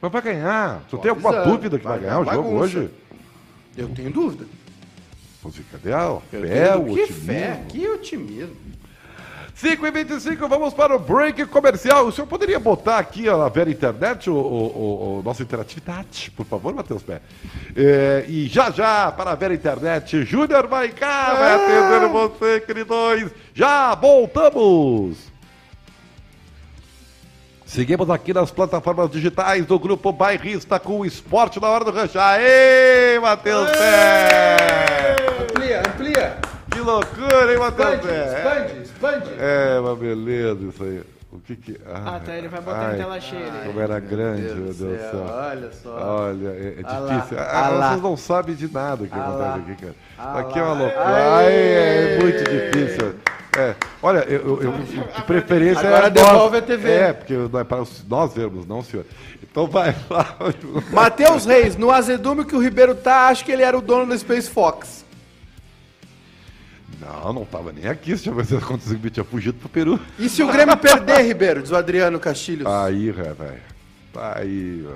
A: Mas vai ganhar. Tu
B: Tô
A: tem alguma
B: avisando,
A: dúvida que vai,
B: vai
A: ganhar o
B: dar
A: jogo
B: bagunça.
A: hoje?
B: Eu tenho dúvida.
A: Pô, cadê a
B: Eu
A: fé,
B: tenho
A: o
B: que
A: otimismo?
B: fé, que otimismo.
A: 5 e 25 vamos para o break comercial. O senhor poderia botar aqui ó, na velha internet o, o- o- o nosso interatividade, por favor, Matheus Pé. É, e já já, para a velha internet, Júnior vai cá, vai atender você, queridos. Já voltamos! Seguimos aqui nas plataformas digitais do Grupo Bairrista com o Esporte na Hora do Ranchar. Ei, Matheus Pé!
B: Amplia, amplia.
A: Que loucura, hein, Matheus Pé?
B: expande.
A: É, uma beleza isso aí. O que que.
C: Ah, tá, ele vai botar em tela cheia. ele.
A: Como era grande,
B: Meu
A: meu Deus do céu.
B: Olha só.
A: Olha, é, é
B: Ah lá,
A: difícil.
B: ah
A: Ah,
B: lá.
A: vocês não sabem de nada o que
B: Ah lá,
A: acontece aqui, cara.
B: ah
A: aqui é uma
B: lá.
A: loucura.
B: Aê!
A: Ai, é muito difícil. É, olha, eu, eu- eu- de preferência
B: Agora
A: é
B: devolve a TV.
A: É, porque não é para os- nós vermos, não, senhor. Então vai lá. [LAUGHS]
B: Matheus Reis, no azedume que o Ribeiro tá, acho que ele era o dono do Space Fox.
A: Não, não tava nem aqui. Se tivesse acontecido comigo, tinha fugido pro Peru.
B: E se o
A: [LAUGHS]
B: Grêmio perder, Ribeiro? Diz o Adriano Castilhos.
A: Aí, rapaz. Aí,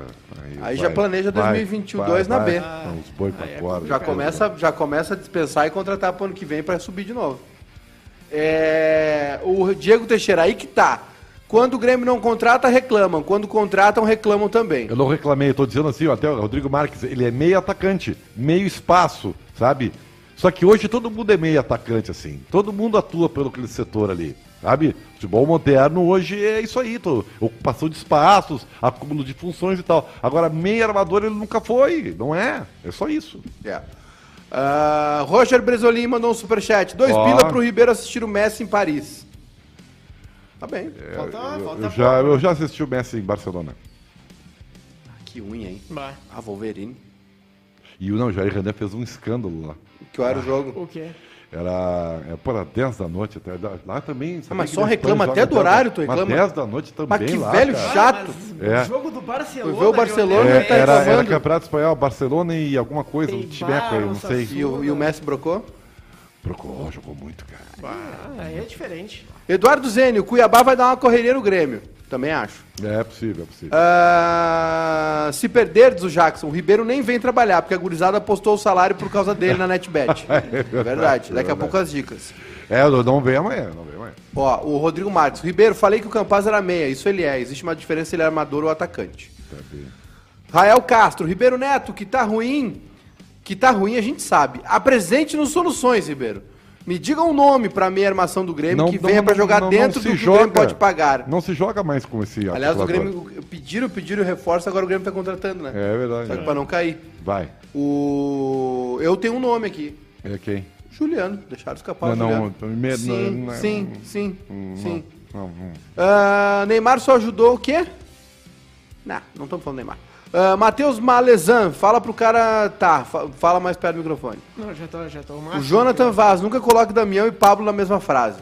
A: aí,
B: Aí já planeja 2022 um, na B.
A: Não, Os boi pra fora.
B: Já começa, já começa a dispensar e contratar pro ano que vem pra subir de novo. É, o Diego Teixeira, aí que tá. Quando o Grêmio não contrata, reclamam. Quando contratam, reclamam também.
A: Eu não reclamei, eu tô dizendo assim, ó, até o Rodrigo Marques, ele é meio atacante, meio espaço, sabe? Só que hoje todo mundo é meio atacante, assim. Todo mundo atua pelo aquele setor ali, sabe? Futebol moderno hoje é isso aí, tô- ocupação de espaços, acúmulo de funções e tal. Agora, meio armador ele nunca foi, não é? É só isso.
B: É. Ah, Roger Bresolim mandou um superchat. Dois
A: Ó.
B: pila pro Ribeiro assistir o Messi em Paris. Tá bem.
C: Falta,
A: Eu-
C: falta
A: eu, já, eu já assisti o Messi em Barcelona.
B: Que unha, hein?
C: Bah,
B: Ah, Wolverine.
A: E o não, Jair Renan fez um escândalo lá.
B: Que hora o jogo.
C: O quê?
A: Era, é, pô, era 10 da noite até. da- Lá também. sabia
B: Ah, mas
A: que
B: só
A: eles
B: reclama
A: jogam
B: até do
A: tarde.
B: horário, tu reclama?
A: Mas 10 da noite também.
B: Mas que
A: lá,
B: velho
A: cara.
B: chato.
C: Ah,
A: É.
C: mas o jogo do Barcelona.
B: Fui ver o
C: de
B: Barcelona,
C: ontem,
B: tá
A: É, era,
B: reclamando.
A: era campeonato espanhol, Barcelona e alguma coisa, um
C: Tem
A: timeco aí, não
C: vários
A: sei.
C: assuntos.
B: E o, e o Messi brocou?
A: Procurou, jogou muito, cara.
C: Ah, aí é diferente.
B: Eduardo Zene, o Cuiabá vai dar uma correria no Grêmio. Também acho.
A: É, é possível, é possível.
B: Ah, Ah, se perder, diz o Jackson, o Ribeiro nem vem trabalhar, porque a gurizada postou o salário por causa dele
A: [LAUGHS]
B: na NetBet.
A: verdade,
B: verdade.
A: é
B: Daqui a
A: verdade.
B: pouco as dicas.
A: É, não vem amanhã, não vem amanhã.
B: Ó, o Rodrigo Marques. Ribeiro, falei que o Campaz era meia. Isso ele é. Existe uma diferença se ele é armador ou atacante.
A: Tá bem.
B: Rael Castro. Ribeiro Neto, que tá ruim. Que tá ruim, a gente sabe. Apresente-nos soluções, Ribeiro. Me diga um nome pra meia armação do Grêmio que venha pra jogar
A: não- não
B: dentro
A: se
B: do que o Grêmio pode pagar.
A: Não se joga mais com esse
B: Aliás, o
A: articulador.
B: Grêmio pediram, pediram reforço, agora o Grêmio tá contratando, né?
A: É
B: Só que
A: verdade.
B: pra não cair.
A: Vai.
B: O... Eu tenho um nome aqui.
A: É quem?
B: Juliano. Deixaram escapar
A: Não,
B: o
A: não,
B: Juliano.
A: primeiro,
B: sim,
A: não, é um- não,
B: sim,
A: não.
B: sim, sim.
A: Não, não.
B: Ah, Neymar só ajudou o quê? Não, não estamos falando do Neymar. Ah, Matheus Malezan, fala pro cara. Tá, fa- fala mais perto do microfone.
C: Não, já tô, já tô
B: O Jonathan Vaz, nunca coloque Damião e Pablo na mesma frase.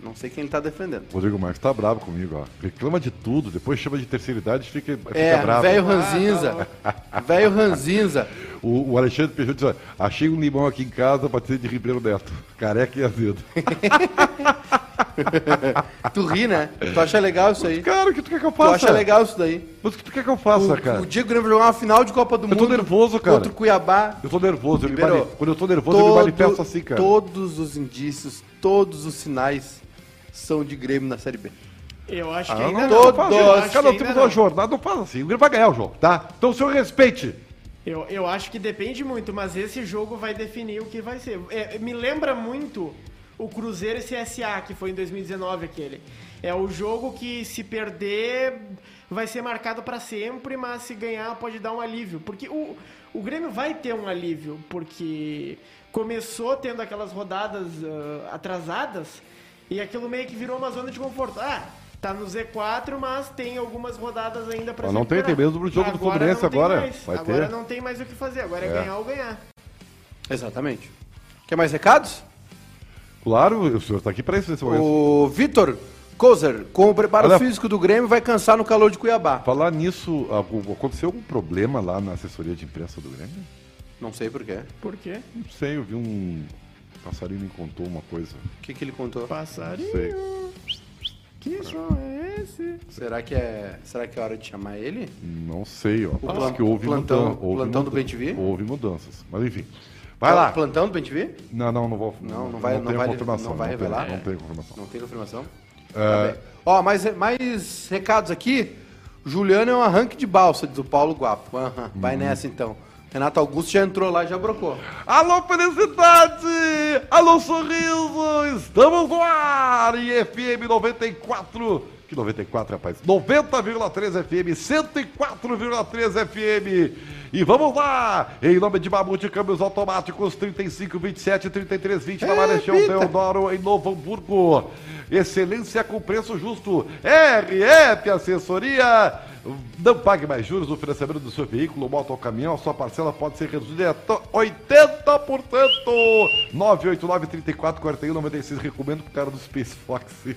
B: Não sei quem ele tá defendendo.
A: Rodrigo Marques tá bravo comigo, ó. Reclama de tudo, depois chama de terceira idade e fica, fica
B: É,
A: bravo.
B: velho ranzinza. velho ranzinza.
A: O, o Alexandre Peixoto disse, ó, achei um limão aqui em casa pra ter de Ribeiro Neto. [LAUGHS] Careca e azedo.
B: Tu ri, né? Tu acha legal isso aí?
A: Cara, o que tu quer que eu
B: Tu
A: faça?
B: acha legal isso daí?
A: Mas o que tu quer que eu
B: O,
A: faça, cara?
B: o dia que o Grêmio vai jogar uma final de Copa do
A: tô
B: Mundo.
A: nervoso, cara.
B: Contra o Cuiabá.
A: Eu tô nervoso, eu me
B: Ribeiro,
A: mani- quando eu tô nervoso eu me
B: Todo-
A: manifesto assim, cara.
B: Todos os indícios, todos os sinais são de Grêmio na Série B.
C: Eu acho que
A: Ah,
C: ainda
A: não,
C: não.
A: não
B: Todos.
A: faz
C: Eu
A: isso.
C: acho que
A: Cada
C: ainda
B: né,
A: time
C: não.
A: da jornada não faz assim. O Grêmio vai ganhar o jogo, tá? Então, o senhor respeite.
C: Eu, eu acho que depende muito, mas esse jogo vai definir o que vai ser. É, me lembra muito o Cruzeiro e CSA, que foi em 2019 aquele. É o jogo que se perder vai ser marcado pra sempre, mas se ganhar pode dar um alívio. Porque o, o Grêmio vai ter um alívio, porque começou tendo aquelas rodadas ah, atrasadas e aquilo meio que virou uma zona de conforto. Ah, tá no Z4, mas tem algumas rodadas ainda pra
A: Mas
C: se
A: não tem,
C: recuperar.
A: tem mesmo o jogo do Fluminense
C: não tem
A: agora.
C: mais.
A: Vai
C: agora
A: ter.
C: não tem mais o que fazer, agora é,
A: É.
C: ganhar ou ganhar.
B: Exatamente. Quer mais recados?
A: Claro, o senhor tá aqui pra isso nesse momento.
B: O Vitor Kozer, com o preparo
A: Olha-
B: físico do Grêmio, vai cansar no calor de Cuiabá.
A: Falar nisso, a- aconteceu algum problema lá na assessoria de imprensa do Grêmio?
B: Não sei porquê.
C: Por quê?
A: Não sei, eu vi um passarinho me contou uma coisa.
B: O que, que ele contou?
A: Não
C: Passarinho,
A: sei.
C: que som é esse?
B: Será que é. Será que é hora de chamar ele?
A: Não sei, ó.
B: plan-
A: Diz que houve
B: plantão-
A: mudan- houve
B: plantão do
A: mudan-
B: Bem TV?
A: Houve mudanças. Mas enfim. Vai lá.
B: Plantando pra gente ver?
A: Não, não, não vou.
B: Não, não vai- não
A: tenho
B: vai-
A: confirmação.
B: não vai
A: tenho-
B: revelar?
A: Não tenho confirmação. É,
B: Não tem confirmação? Tá bem. Ó, mais, mais recados aqui. Juliano é um arranque de balsa, diz o Paulo Guapo. Aham, vai nessa então. Renato Augusto já entrou lá e já brocou.
A: Alô, felicidade! Alô, sorriso! Estamos no ar! E FM 94. Que 94, rapaz? 90,3 FM, 104,3 FM. E vamos lá! Em nome de Mamute Câmbios Automáticos 35, 27, 33, 20 na Marechal
B: Repita.
A: Deodoro, em Novo Hamburgo. Excelência com preço justo. RF Assessoria. Não pague mais juros no financiamento do seu veículo, moto ou caminhão. A sua parcela pode ser reduzida até 80%. 989 34 41 96 Recomendo pro cara do Space Fox. [LAUGHS]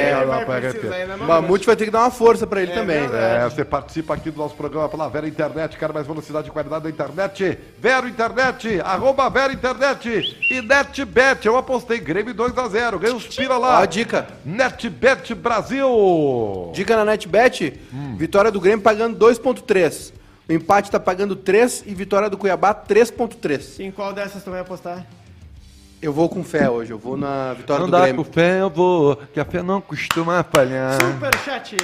C: É,
A: Vai lá
C: vai
A: pra
C: precisar,
A: RF.
C: ainda
B: O
C: não
B: Mamute vai ter que dar uma força pra ele também.
A: É, você participa aqui do nosso programa pela Vera Internet, cara, mais velocidade e qualidade da internet. Vero Internet, arroba Vera Internet e NetBet. Eu apostei Grêmio 2x0, ganhou os pira
B: Ó,
A: lá.
B: a dica.
A: NetBet Brasil.
B: Dica na NetBet, vitória do Grêmio pagando 2.3. O empate tá pagando 3 e vitória do Cuiabá 3.3.
C: Em qual dessas tu vai apostar?
B: Eu vou com fé hoje, eu vou na vitória do
A: com
B: Grêmio.
A: fé, eu vou, que a fé não costuma falhar.
C: Superchat!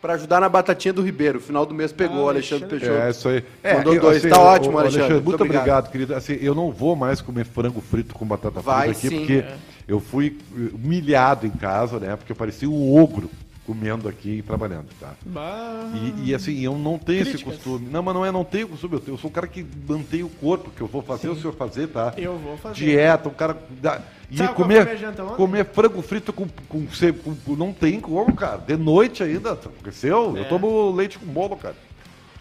B: Pra ajudar na batatinha do Ribeiro. Final do mês pegou o Alexandre
C: Alexandre.
B: Peixoto.
A: É, isso aí.
B: Mandou
A: eu-
C: assim,
B: dois. Tá
A: o-
B: ótimo,
A: o
B: Alexandre.
A: Muito
B: Muito
A: obrigado,
B: obrigado,
A: querido. Assim, eu não vou mais comer frango frito com batata
B: Vai
A: frita aqui,
B: sim.
A: porque
C: é.
A: eu fui eh, humilhado em casa, né? Porque eu parecia um ogro comendo aqui e trabalhando, tá?
C: Bah.
A: E, e, assim, eu não tenho
C: Hum. Críticas.
A: esse costume. Não, mas não é não tenho costume. Eu, tenho- eu sou um cara que mantém o corpo, que eu vou fazer o senhor fazer, tá?
C: Eu vou fazer.
A: Dieta, um cara... da- E
C: Sabe qual foi minha
A: comer,
C: janta ontem?
A: comer frango frito com, com, ce- com- com- Não tem como, cara. De noite ainda, aconteceu?
C: É.
A: Eu tomo leite com bolo, cara.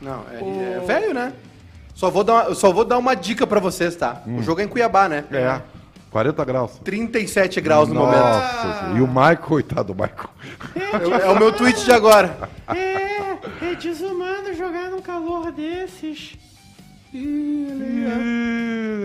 B: Não, é, é velho, né? Só vou, dar uma, eu só vou dar uma dica pra vocês, tá? O jogo é em Cuiabá, né?
A: Hum. É, 40 graus.
B: 37 graus no momento.
A: Nossa, e o Michael, coitado do Michael.
B: Eu- é o meu tweet
A: [LAUGHS]
B: de agora.
C: É, é desumano jogar num calor desses.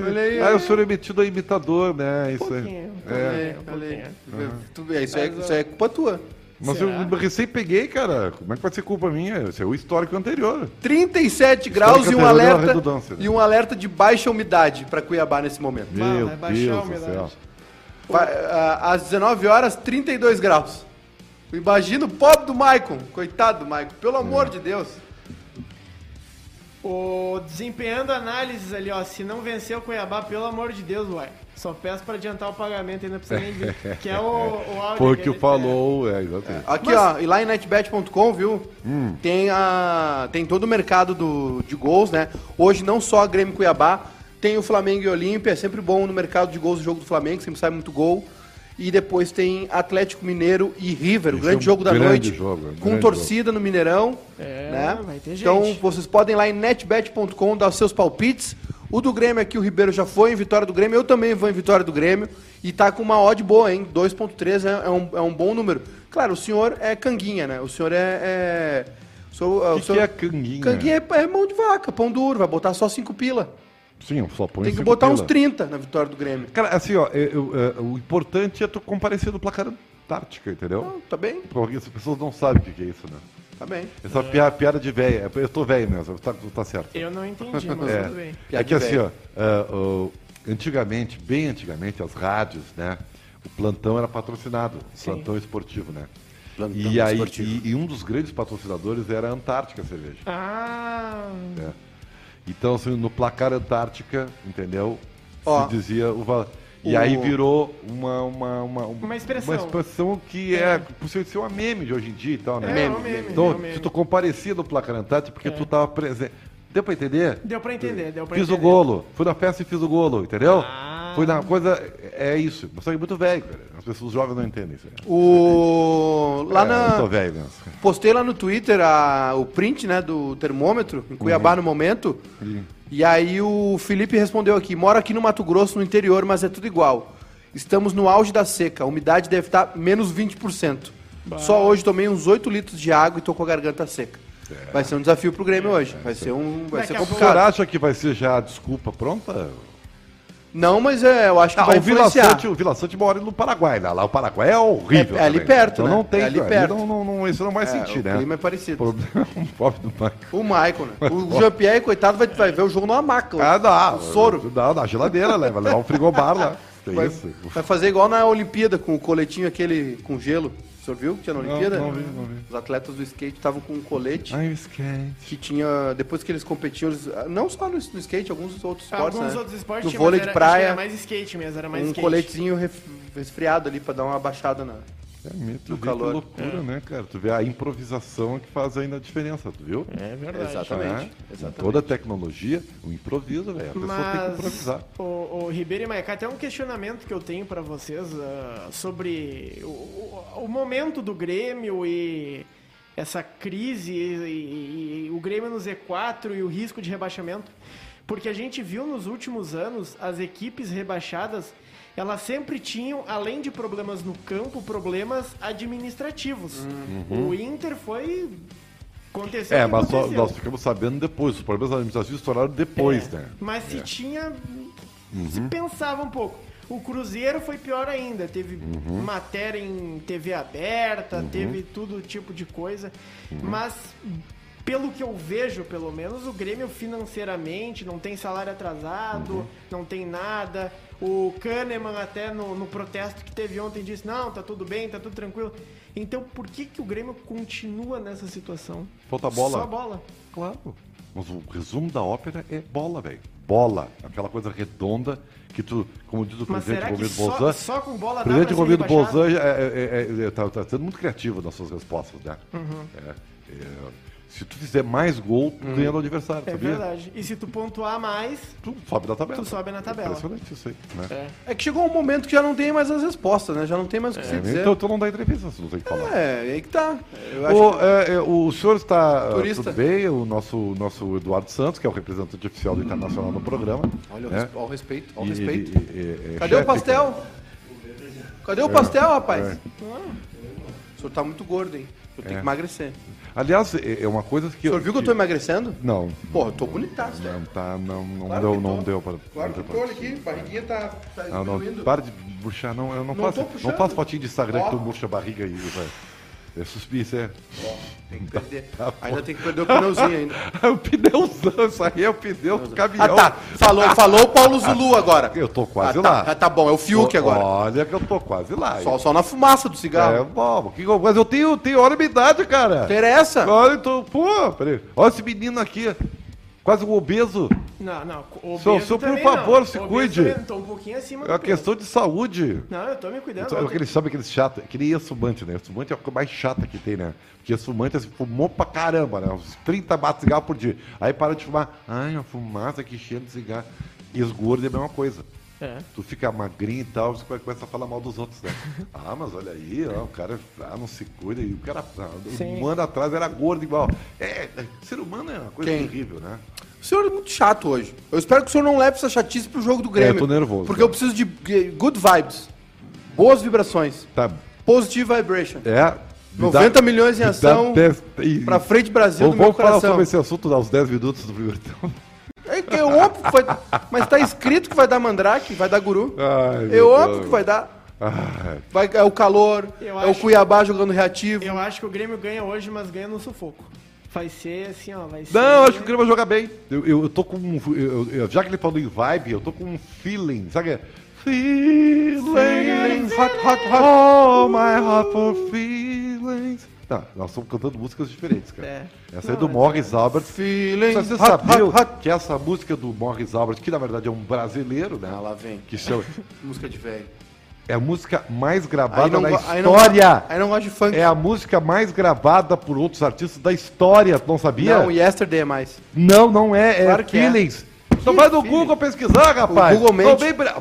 B: Olha aí,
A: Ah,
B: olha
A: o senhor é metido a imitador, né? Isso aí.
C: Pouquinho,
A: É.
C: pouquinho,
B: Olha aí.
C: pouquinho.
B: Tu- é, Isso, é, isso é culpa tua.
A: Mas
C: Será?
A: eu recém peguei, cara. Como é que pode ser culpa minha? Esse é o histórico anterior.
B: 37 graus e
A: anterior
B: um
A: é uma
B: alerta
A: redundância, né?
B: e um alerta de baixa umidade para Cuiabá nesse momento.
C: Bah,
A: Meu
C: vai baixar a
A: Deus do
C: umidade.
A: céu.
B: Vai, ah, às 19 horas, 32 graus. Imagina o pobre do Maicon. Coitado do Maicon. Pelo amor
A: Hum.
B: de Deus.
C: O desempenhando análises ali, ó. Se não vencer o Cuiabá, pelo amor de Deus, uai. Só peço pra adiantar o pagamento ainda pra você nem ver. Que é o, o áudio.
A: Foi o
C: que
A: que
C: ele-
A: o falou, é, exatamente.
B: Aqui, ó, e lá em netbet.com, viu?
A: Hum.
B: Tem, a, tem todo o mercado do, de gols, né? Hoje não só a Grêmio e Cuiabá, tem o Flamengo e Olímpia, é sempre bom no mercado de gols o jogo do Flamengo, sempre sai muito gol. E depois tem Atlético Mineiro e River, o
A: Esse
B: grande
A: é um
B: jogo da
A: grande
B: noite.
A: jogo, é um
B: com
A: grande
B: torcida no Mineirão.
C: É,
B: né?
C: vai ter gente.
B: Então vocês podem ir lá em netbet.com dar os seus palpites. O do Grêmio aqui, o Ribeiro já foi em vitória do Grêmio, eu também vou em vitória do Grêmio. E tá com uma odd boa, hein? 2.3 é, é um, é um bom número. Claro, o senhor é canguinha, né? O senhor é. é... O senhor,
A: O
B: o
A: que,
B: senhor-
A: que é canguinha?
B: Canguinha é, é mão de vaca, pão duro, vai botar só 5 pila.
A: Sim, só põe
B: Tem que
A: cinco
B: botar uns
A: pila.
B: 30 na vitória do Grêmio.
A: Cara, assim, ó, eu- eu, é, o importante é tu comparecer do placar Antártica, entendeu?
B: Não, tá bem,
A: Porque as pessoas não sabem o que que é isso, né?
B: tá bem.
A: Essa piada, piada de velho. Eu tô velho mesmo, tá, tá certo.
C: Eu não entendi, mas
A: É.
C: tudo bem.
A: É
B: Piada
A: que
B: de
A: assim, ó,
B: velho.
A: ah, o- antigamente, bem antigamente, as rádios, né? O plantão era patrocinado, plantão esportivo, né?
B: Plantão
A: e, aí,
B: esportivo.
A: E, e um dos grandes patrocinadores era a Antártica Cerveja.
C: Ah.
A: né? Então, assim, no placar Antártica, entendeu?
B: Ó.
A: se dizia o valor. E
B: O-
A: aí virou uma, uma, uma, um-
C: Uma expressão.
A: uma expressão que é, possível de ser uma meme de hoje em dia e tal, né?
C: É,
B: Meme,
C: é um meme, é
A: Então,
C: um meme. É.
A: se tu comparecia no placar Antártica, porque tu tava presente. Deu pra entender?
C: Deu pra entender, deu pra
A: Fiz o
C: entender.
A: golo. Fui na festa e fiz o golo, entendeu?
C: Ah.
A: Foi na coisa. É isso. Só que é muito velho, cara. As pessoas jovens não entendem isso. né?
B: O... Lá
A: É,
B: na...
A: Eu tô velho mesmo.
B: Postei lá no Twitter a- o print né, do termômetro, em
A: Uhum.
B: Cuiabá no momento. E aí o Felipe respondeu aqui: moro aqui no Mato Grosso, no interior, mas é tudo igual. Estamos no auge da seca, a umidade deve estar menos 20%. Só hoje tomei uns 8 litros de água e tô com a garganta seca.
A: É.
B: Vai ser um desafio pro Grêmio hoje. Vai ser um. Vai
C: Daqui
B: ser
C: a pouco-
A: O senhor
B: complicado.
A: acha que vai ser já a desculpa pronta?
B: Não, mas é, eu acho que
A: Ah,
B: vai
A: o Vila
B: influenciar.
A: Sante, o Vila Sante mora no Paraguai, lá, lá o Paraguai é horrível.
B: É- é ali
A: também.
B: perto,
A: então
B: né?
A: Não tem,
B: É ali
A: ali
B: perto.
A: Não, não, não, isso não vai
B: É,
A: sentir,
B: o
A: né?
B: clima é
A: O
B: parecido.
A: [LAUGHS] problema é o pobre do
B: [LAUGHS]
A: Michael.
B: O
A: [LAUGHS]
B: Maicon, né? O Jean-Pierre, coitado, vai, vai ver o jogo numa maca. hoje.
A: Ah, [LAUGHS] dá.
B: O soro.
A: Dá, dá geladeira, leva, leva um frigobar
B: [LAUGHS]
A: lá. Que
B: Vai,
A: isso?
B: vai fazer igual na Olimpíada, com o coletinho aquele com gelo. O senhor viu que tinha na Olimpíada?
A: não vi, não vi.
B: Os atletas do skate estavam com um colete
A: Ai, o skate.
B: que tinha. Depois que eles competiam, eles- ah, não só no, no skate, alguns outros esportes.
C: Alguns
B: né?
C: outros esportes
B: No
C: tinha,
B: vôlei de
C: mas era- acho que
B: praia,
C: Era mais skate mesmo, era mais
B: um
C: skate.
B: coletinho ref- resfriado ali pra dar uma baixada na.
A: É mito, que
B: calor.
A: loucura,
C: É.
A: né, cara? Tu vê a improvisação que faz ainda a diferença, tu viu?
C: É verdade.
A: Exatamente. Toda a tecnologia, o improviso, velho. A pessoa tem que improvisar.
C: o, o Ribeiro e Maicá, tem um questionamento que eu tenho pra vocês ah, sobre o, o- o momento do Grêmio e essa crise e, e- e o Grêmio no Z4 e o risco de rebaixamento. Porque a gente viu nos últimos anos as equipes rebaixadas, elas sempre tinham, além de problemas no campo, problemas administrativos. O Inter foi. Aconteceu o
A: É,
C: que
A: mas só-
C: aconteceu.
A: nós ficamos sabendo depois. Os problemas administrativos estouraram
C: É.
A: depois, né? Uhum.
C: Mas se tinha. Se pensava um pouco. O Cruzeiro foi pior ainda. Teve
A: Uhum.
C: matéria em TV aberta, teve todo tipo de coisa.
A: Uhum.
C: Mas, pelo que eu vejo, pelo menos, o Grêmio financeiramente não tem salário atrasado,
A: Uhum.
C: não tem nada. O Kahneman, até no, no protesto que teve ontem, disse: Não, tá tudo bem, tá tudo tranquilo. Então, por que, que o Grêmio continua nessa situação?
A: Falta bola.
C: Só bola.
A: Claro. Mas o resumo da ópera é bola, velho. Bola. Aquela coisa redonda que tu, como diz o
C: Mas
A: presidente
C: será que
A: Romildo
C: só,
A: Bolzan.
C: só com bola
A: O
C: dá
A: presidente
C: pra ser
A: Romildo
C: rebaixado?
A: Bolzan é, está tá, sendo muito criativo nas suas respostas, né?
B: Uhum.
A: É, é, se tu fizer mais gol, tu ganha no adversário,
C: É
A: sabia?
C: verdade. E se tu pontuar mais,
A: Tu sobe na tabela.
C: Tu sobe na tabela.
A: Impressionante isso aí, né?
B: É que chegou um momento que já não tem mais as respostas, né? Já não tem mais o que se dizer.
A: Então tu não dá entrevista, se não tem o que falar.
B: É, aí que tá. Eu acho
A: O, é, é, o senhor está ah,
B: Turista.
A: tudo bem? O nosso, nosso Eduardo Santos, que é o representante oficial do Internacional no programa.
B: que- Olha, o
A: né?
B: respe- ó o respeito, ó o
A: E-
B: respeito.
A: e- e- e- é
B: Cadê o
A: chefe,
B: pastel?
A: cara.
B: Cadê o pastel, rapaz?
A: É.
B: O senhor tá muito gordo, hein? O senhor tem
A: É.
B: que emagrecer.
A: Aliás, é é uma coisa que
B: O senhor viu que eu tô emagrecendo?
A: Não.
B: Pô, eu tô bonitaço, velho.
A: Não, tá, não, não
B: Claro
A: deu,
B: que
A: não
B: tô.
A: deu para.
B: Claro que
A: não
B: o
A: deu pra-
B: controle aqui, barriguinha tá, tá
A: Não, não,
B: diminuindo.
A: para de murchar, não. Eu não,
B: Não tô
A: faço, não
B: puxando.
A: faço fotinho de Instagram
B: Ó.
A: que tu murcha a barriga aí, velho. É suspício, é.
B: Tem
A: tá
B: que perder. Ainda tem que perder o pneuzinho
A: [LAUGHS]
B: ainda.
A: [LAUGHS] É o pneuzão, isso aí é o pneu do
B: Ah,
A: caminhão.
B: tá. Falou, falou o Paulo Zulu agora.
A: Ah, Eu tô quase
B: Ah, tá.
A: lá.
B: Ah, tá bom, é o Fiuk agora.
A: Olha que eu tô quase lá.
B: Só, só na fumaça do
A: É
B: cigarro.
A: bom, que- mas eu tenho, tenho hora e minha idade, cara.
B: Interessa.
A: Olha, então, pô, peraí. Olha esse menino aqui, quase um obeso.
C: Não, não. Obeso
A: Seu- seu, por
C: também
A: favor,
C: não.
A: se
C: Obeso
A: cuide.
C: também, Tô um pouquinho
A: É
C: acima
A: uma
C: do peso.
A: questão de saúde.
C: Não, eu tô me
B: É,
C: cuidando.
A: Então,
C: eu
A: aquele, sabe aquele chato, aquele ex-fumante, né? Ex-fumante é a coisa mais chata que tem, né? Porque ex-fumante assim, fumou pra caramba, né? Uns 30 matos de cigarro por dia. Aí para de fumar. Ai, a fumaça que cheia de cigarro. E esgordo é a mesma coisa.
C: É.
A: Tu fica magrinho e tal, você começa a falar mal dos outros,
B: [LAUGHS]
A: né? ah, mas olha aí, ó, o cara ah, não se cuida. E o cara, ah,
C: Sim.
A: um ano atrás era gordo igual. É, é, ser humano é uma coisa
B: Quem?
A: terrível, né?
B: O senhor é muito chato hoje. Eu espero que o senhor não leve essa chatice pro jogo do Grêmio.
A: É, eu tô nervoso,
B: Porque
A: cara.
B: eu preciso de good vibes. Boas vibrações.
A: Tá,
B: Positive vibration.
A: é. me dá-
B: 90 milhões em
A: me dá
B: ação
A: dez- e-
B: pra frente Brasil
A: Vamos,
B: do meu
A: vamos falar
B: coração.
A: sobre esse assunto aos 10 minutos do então. primeiro tempo.
B: É que é óbvio que vai...
A: [LAUGHS]
B: Mas tá escrito que vai dar mandrake, vai dar guru.
A: Ai,
B: é
A: meu
B: óbvio
A: Deus.
B: que vai dar.
A: Ai,
B: Vai, é o calor,
C: Eu
B: é o
C: acho-
B: Cuiabá jogando reativo.
C: Eu acho que o Grêmio ganha hoje, mas ganha no sufoco. Vai ser assim, ó. Vai ser...
A: Não, eu acho que o Grêmio vai jogar bem. Eu, eu, eu tô com um. eu- eu- já que ele falou em vibe, eu tô com um feeling, sabe? que é? Feelings, hot, hot, hot. Oh, my hot for feelings. Tá, nós estamos cantando músicas diferentes, cara.
C: É.
A: Essa aí
C: Não,
A: do
C: é
A: Morris Albert.
B: Feeling
A: Só Você
B: hot,
A: sabia
B: hot, hot.
A: que essa música do Morris Albert, que na verdade é um brasileiro, né?
B: Ah, lá vem.
A: Que chama-
B: Música de velho.
A: é a música mais
B: Aí
A: gravada
B: não,
A: na
B: go- aí, não,
A: história.
B: aí não gosta de funk.
A: É a música mais gravada por outros artistas da história, tu não sabia?
B: Não, Yesterday é mais.
A: Não, não é. É
B: Claro que é.
A: feelings. Então vai no
B: feeling?
A: Google pesquisar, rapaz.
B: Google mente.
A: Tô bem bra-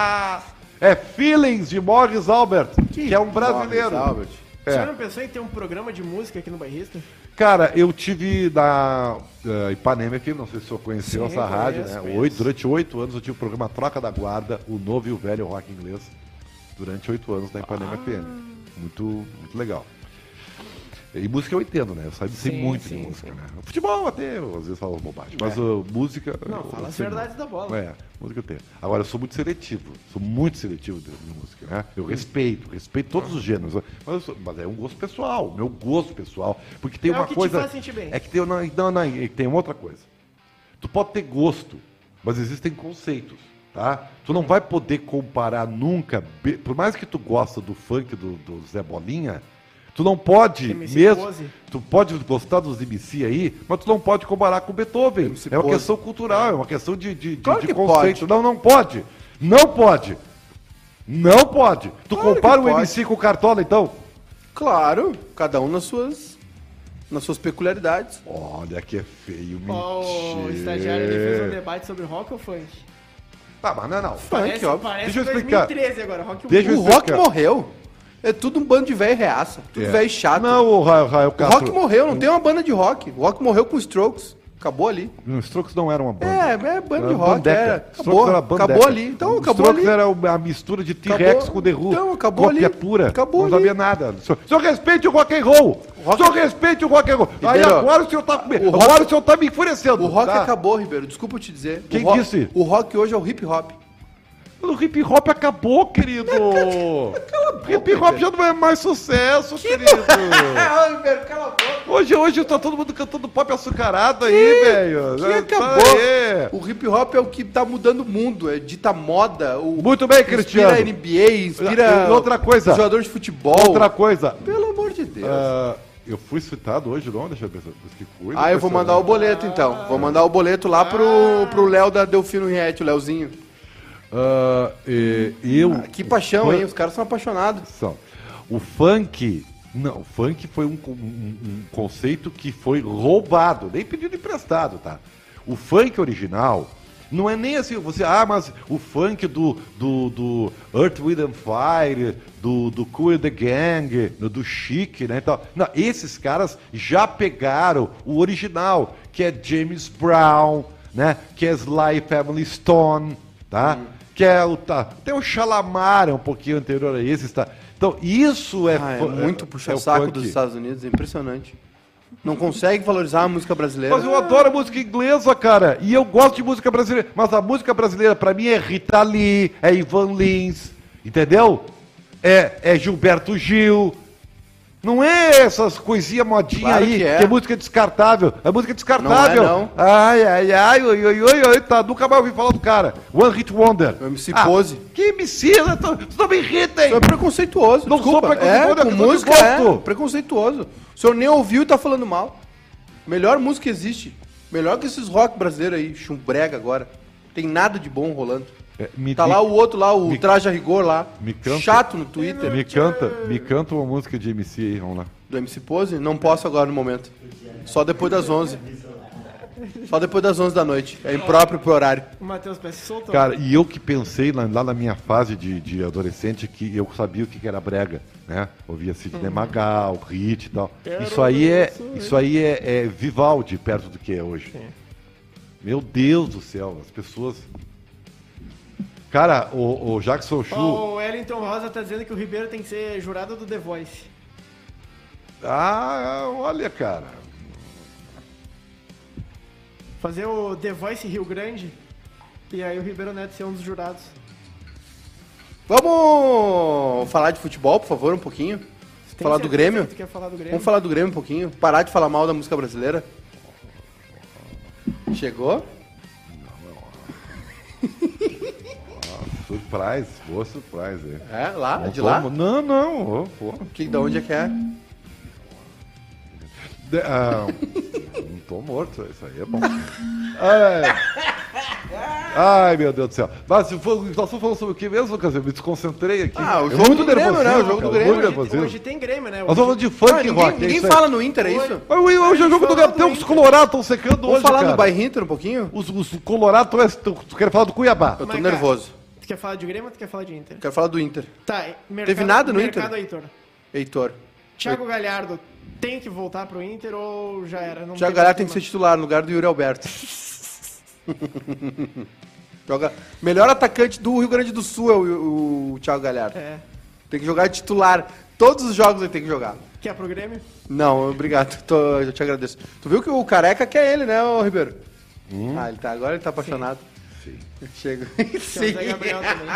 A: [LAUGHS] é Feelings de Morris Albert, que, é um brasileiro.
B: Morris Albert.
C: O senhor
A: É.
C: não pensou em ter um programa de música aqui no Bairrista?
A: Cara, eu tive na eh, Ipanema FM, não sei se o senhor conheceu
C: Sim,
A: essa rádio,
C: conheço,
A: né?
C: conheço.
A: Oito, durante oito anos eu tive o programa Troca da Guarda, o novo e o velho rock inglês. Durante oito anos na Ipanema
C: Ah.
A: FM. Muito, muito legal. E música eu entendo, né? Eu sabe sei
C: Sim,
A: muito
C: sim, É.
A: de música, né? Futebol até, eu, às vezes falo bobagem, mas uh, música...
C: Não,
A: eu
C: fala as
A: sei muito.
C: verdades da bola.
A: É, música eu tenho. Agora, eu sou muito seletivo, sou muito seletivo de, de música, né? Eu respeito, respeito todos
C: Ah.
A: os gêneros, mas, eu sou- mas é um gosto pessoal, meu gosto pessoal, porque tem
C: É o
A: uma
C: que te
A: coisa...
C: faz sentir bem.
A: É que tem, não, não, não, é que tem uma outra coisa. Tu pode ter gosto, mas existem conceitos, tá? Tu não vai poder comparar nunca, be- por mais que tu gosta do funk do, do Zé Bolinha, tu não pode
C: MC
A: mesmo...
C: Pose.
A: Tu pode gostar dos MC aí, mas tu não pode comparar com Beethoven.
B: MC
A: é uma
B: Pose.
A: questão cultural, é uma questão de, de, de-
B: Claro
A: de
B: que
A: conceito. Não, não pode. Não pode. Não pode. Tu
B: Claro que
A: compara o
B: pode.
A: MC com o Cartola, então?
B: Claro, cada um nas suas nas suas peculiaridades.
A: Olha que é feio,
B: Oh,
A: mentira.
C: Ó, o estagiário ele fez um debate sobre rock ou funk?
A: Tá, mas não, não.
B: Funk, ó.
C: parece
A: Deixa eu explicar.
C: 2013 agora, rock um ou
A: Deixa eu
B: O rock
A: explicar.
B: morreu. É tudo um bando de velho reaça, tudo
A: É.
B: velho chato.
A: Não, o Ra- Rael
B: o
A: Castro.
B: rock morreu, não tem uma banda de rock. O rock morreu com Strokes, acabou ali.
A: Os Strokes não eram uma banda.
B: É, é banda
A: Era
B: de rock,
A: bandeca.
B: era.
A: Strokes
B: Acabou,
A: era bandeca.
B: acabou ali. Então
A: Os
B: acabou
A: Strokes
B: ali.
A: era uma- a mistura de T-Rex
B: Acabou.
A: com The Who.
B: Então, acabou
A: Cópia
B: ali.
A: pura.
B: Acabou
A: não
B: ali.
A: sabia nada. O senhor, o senhor respeite o rock and roll. O
B: rock-
A: senhor respeite o rock and roll. Aí
B: Ribeiro,
A: agora o senhor tá, me-
B: o rock-
A: agora o senhor tá me enfurecendo.
B: O rock
A: tá?
B: acabou, Ribeiro, desculpa te dizer.
A: Quem
B: o rock,
A: disse?
B: O rock hoje é o hip hop.
A: O hip hop acabou, querido. hip hop já não é mais sucesso, querido.
B: Ah, Ribeiro, cala a boca.
A: Hoje, hoje tá todo mundo cantando pop açucarado aí, velho.
B: Que
A: Tá
B: acabou.
A: aí.
B: O hip hop é o que tá mudando o mundo, é dita moda. O
A: Muito bem, Cristiano.
B: Inspira a NBA, inspira
A: E outra coisa.
B: jogador de futebol.
A: Outra coisa.
B: Pelo amor de Deus.
A: Ah, eu fui citado hoje, não? Deixa eu pensar. Mas Que coisa.
B: ah, eu vou mandar o
A: impressionante.
B: boleto então. Vou mandar o boleto lá pro, pro Léo da Delfino Riete, o Léozinho.
A: Ah, e- eu.
B: Ah, que paixão,
A: Fun-
B: hein? Os caras são apaixonados.
A: São. O funk. Não, o funk foi um, con- um- um conceito que foi roubado, nem pedido emprestado, tá? O funk original não é nem assim, você, ah, mas o funk do, do, do Earth, Wind and Fire, do, do Cool and the Gang, do, do Chic, né? e tal. Não, esses caras já pegaram o original, que é James Brown, né? Que é Sly Family Stone, tá? Que é o tá, até o Chalamar é um pouquinho anterior a esse, tá? Então, isso é,
B: Ah, é
A: fu-
B: muito puxar
A: é
B: o saco
A: funk.
B: dos Estados Unidos, é impressionante. Não consegue valorizar a música brasileira.
A: Mas eu adoro a música inglesa, cara. E eu gosto de música brasileira. Mas a música brasileira, pra mim, é Rita Lee, é Ivan Lins, entendeu? É, é Gilberto Gil, Não é essas coisinhas modinhas
B: Claro
A: aí,
B: que
A: que
B: é.
A: é. música descartável. É música descartável.
B: Não é, não.
A: Ai, ai, ai, oi, oi, oi, oi, tá. Nunca mais ouvi falar do cara. One Hit Wonder.
B: O MC Pose.
A: Que MC, né? Tu- tu não me irrita, hein?
B: Isso é preconceituoso.
A: Não
B: desculpa.
A: sou preconceituoso,
B: é,
A: é
B: com
A: questão de
B: música é
A: gosto.
B: preconceituoso. O senhor nem ouviu e tá falando mal. Melhor música que existe. Melhor que esses rock brasileiros aí, chumbrega agora. Tem nada de bom rolando.
A: É, me
B: tá
A: di-
B: lá o outro lá, o
A: me-
B: Traja Rigor lá.
A: me canta.
B: Chato no Twitter.
A: Me canta, me canta uma música de MC aí, vamos lá.
B: Do MC Pose? Não posso agora no momento. Só depois das 11. Só depois das 11 da noite. É impróprio pro horário.
C: O Matheus Pé se soltou.
A: Cara, e eu que pensei lá, lá na minha fase de, de adolescente que eu sabia o que, que era brega, né? Ouvia
B: Uhum.
A: Sidney Magal, Hit e tal. Isso aí é, isso aí é, é Vivaldi perto do que é hoje. Meu Deus do céu, as pessoas. Cara, o, o Jackson Chu.
C: Ó, o Wellington Rosa tá dizendo que o Ribeiro tem que ser jurado do The Voice.
A: Ah, olha, cara.
C: Fazer o The Voice Rio Grande e aí o Ribeiro Neto ser um dos jurados.
B: Vamos falar de futebol, por favor, um pouquinho?
C: Tem
B: falar do
C: certeza
B: Grêmio?
C: que tu quer falar do Grêmio?
B: Vamos falar do Grêmio um pouquinho? Parar de falar mal da música brasileira? Chegou?
A: Surprise, boa surprise. hein?
B: É, lá,
A: Não
B: de lá?
A: vamos- né? Não, não. ô, pô.
B: Que, da onde é que é?
A: De- ah,
B: [LAUGHS]
A: não tô morto, isso aí é bom. Ai, ai, meu Deus do céu. Mas se for, nós estamos falando sobre o que mesmo, Casimiro? Me desconcentrei aqui.
B: Ah, o
A: É
B: jogo
A: muito
B: do Grêmio,
A: nervosismo,
B: né? O jogo do
A: cara,
B: Grêmio.
A: muito
C: Hoje,
A: nervosismo.
C: hoje tem Grêmio, né?
A: Nós
C: Hoje-
A: estamos falando de funk
B: Ah,
A: rock.
B: ninguém ninguém
A: é isso aí.
B: fala no Inter, é isso?
A: Mas Hoje, hoje é o jogo do Grêmio.
C: do
A: Tem os colorados estão secando
B: Vamos
A: hoje,
B: falar
A: cara.
B: do Bayern Inter um pouquinho?
A: Os, os colorados estão... esse- Tu, tu quer falar do Cuiabá?
B: Eu tô
C: Mas, cara,
B: nervoso.
C: é Tu quer falar de Grêmio ou tu quer falar de Inter?
B: Quero falar do Inter.
C: Tá, mercado,
B: Teve nada no
C: mercado Heitor.
B: Heitor.
C: Thiago Galhardo tem que voltar pro Inter ou já era? Não
B: Thiago
C: tem
B: Galhardo tem que ser
C: mais
B: titular no lugar do Yuri Alberto. [LAUGHS] Joga... Melhor atacante do Rio Grande do Sul é o, o Thiago Galhardo.
C: É.
B: Tem que jogar titular. Todos os jogos ele tem que jogar.
C: Quer pro Grêmio?
B: Não, obrigado. [LAUGHS] Tô- eu te agradeço. Tu viu que o careca quer ele, né, ô Ribeiro? Ah, ele tá, agora ele tá apaixonado.
A: Hum. Sim.
B: [LAUGHS] Chega.
C: Tem o
B: Sim. [LAUGHS]
C: Zé Gabriel também.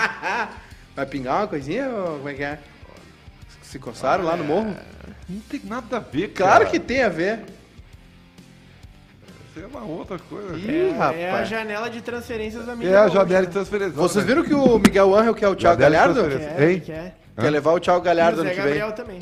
B: Vai pingar uma coisinha ou como é que é? Se coçaram
A: É,
B: lá no morro?
A: Não tem nada a ver, cara.
B: Claro que tem a ver.
A: Isso é uma outra coisa.
B: Ih,
C: É a
B: rapaz.
C: janela de transferências da mídia.
A: É a
C: gaúcha,
A: janela
C: né?
A: de transferência. É
B: Vocês viram que o Miguel Angel quer o Thiago
A: deve
B: Galhardo?
A: transferir.
C: Quer,
A: Hein?
C: quer.
B: Quer levar o Thiago
C: É, E o
B: Galhardo ano
C: Zé
B: é que vem.
C: Gabriel também.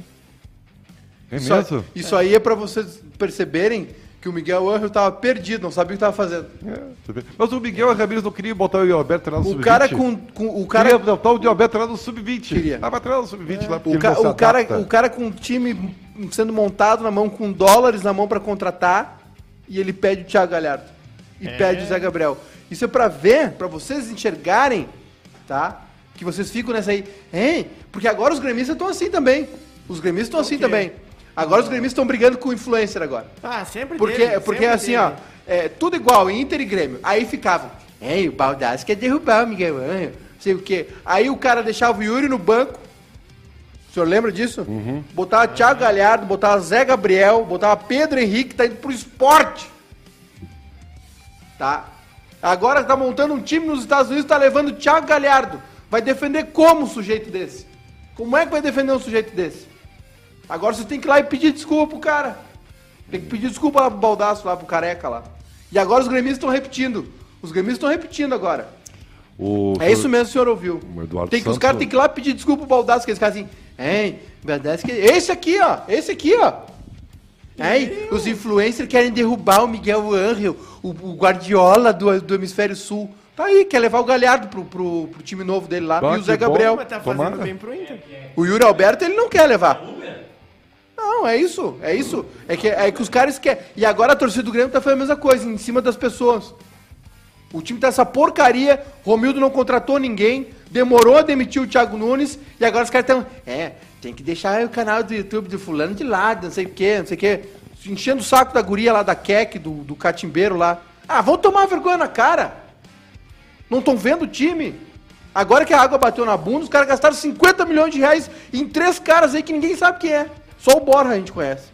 A: É
B: Isso,
A: mesmo?
B: isso aí é pra vocês perceberem que o Miguel Angel tava perdido, não sabia o que tava fazendo.
A: É, tudo bem. Mas o Miguel Ramírez não queria botar o Alberto lá no
B: O
A: sub-20?
B: cara com, com- o cara
A: Queria botar o Diobeto lá no sub-20.
B: Queria. É.
A: Ah, vai lá no sub-20 lá porque
B: O,
A: ele
B: ca-
A: não se
B: o cara,
A: adapta.
B: o cara com o time sendo montado na mão, com dólares na mão pra contratar, e ele pede o Thiago Galhardo. E pede o Zé Gabriel. Isso é pra ver, pra vocês enxergarem, tá? Que vocês ficam nessa aí. Hein? Porque agora os gremistas estão assim também. Os gremistas estão assim
C: quê?
B: também. Agora os gremistas estão brigando com o influencer agora.
C: Ah, sempre
B: Porque,
C: teve,
B: porque
C: sempre
B: assim,
C: teve.
B: ó, é, tudo igual, Inter e Grêmio. Aí ficavam, hein, o Baldassi quer derrubar o Miguel Anjo, sei o quê. Aí o cara deixava o Yuri no banco. O senhor lembra disso? Botava Thiago Galhardo, botava Zé Gabriel, botava Pedro Henrique, tá indo pro esporte. Tá? Agora tá montando um time nos Estados Unidos, tá levando o Thiago Galhardo. Vai defender como um sujeito desse? Como é que vai defender um sujeito desse? Agora você tem que ir lá e pedir desculpa pro cara. Tem que pedir desculpa lá pro baldaço, lá pro careca lá. E agora os gremistas estão repetindo. Os gremistas estão repetindo agora.
A: O
B: É isso mesmo que o senhor ouviu.
A: O Eduardo
B: tem que, os
A: Santos-
B: caras têm que ir lá pedir desculpa pro baldaço, que eles caras assim. Hein, baldaço que. Esse aqui, ó. Esse aqui, ó. Hein, os influencers querem derrubar o Miguel Angel, o, o Guardiola do, do Hemisfério Sul. Tá aí, quer levar o Galhardo pro, pro, pro time novo dele lá.
A: Ah,
B: e o Zé
A: que bom.
B: Gabriel.
C: Mas tá
A: Tomara.
C: fazendo bem pro Inter.
B: O Yuri Alberto ele não quer levar. Não, é isso, é isso. É que, é que os caras querem. E agora a torcida do Grêmio tá fazendo a mesma coisa, em cima das pessoas. O time tá essa porcaria, Romildo não contratou ninguém, demorou a demitir o Thiago Nunes, e agora os caras estão. É, tem que deixar o canal do YouTube do fulano de lado, não sei o quê, não sei o quê. Enchendo o saco da guria lá da Keck, do, do catimbeiro lá. Ah, vão tomar vergonha na cara! Não estão vendo o time. Agora que a água bateu na bunda, os caras gastaram 50 milhões de reais em três caras aí que ninguém sabe quem é. Só o Borja a gente conhece.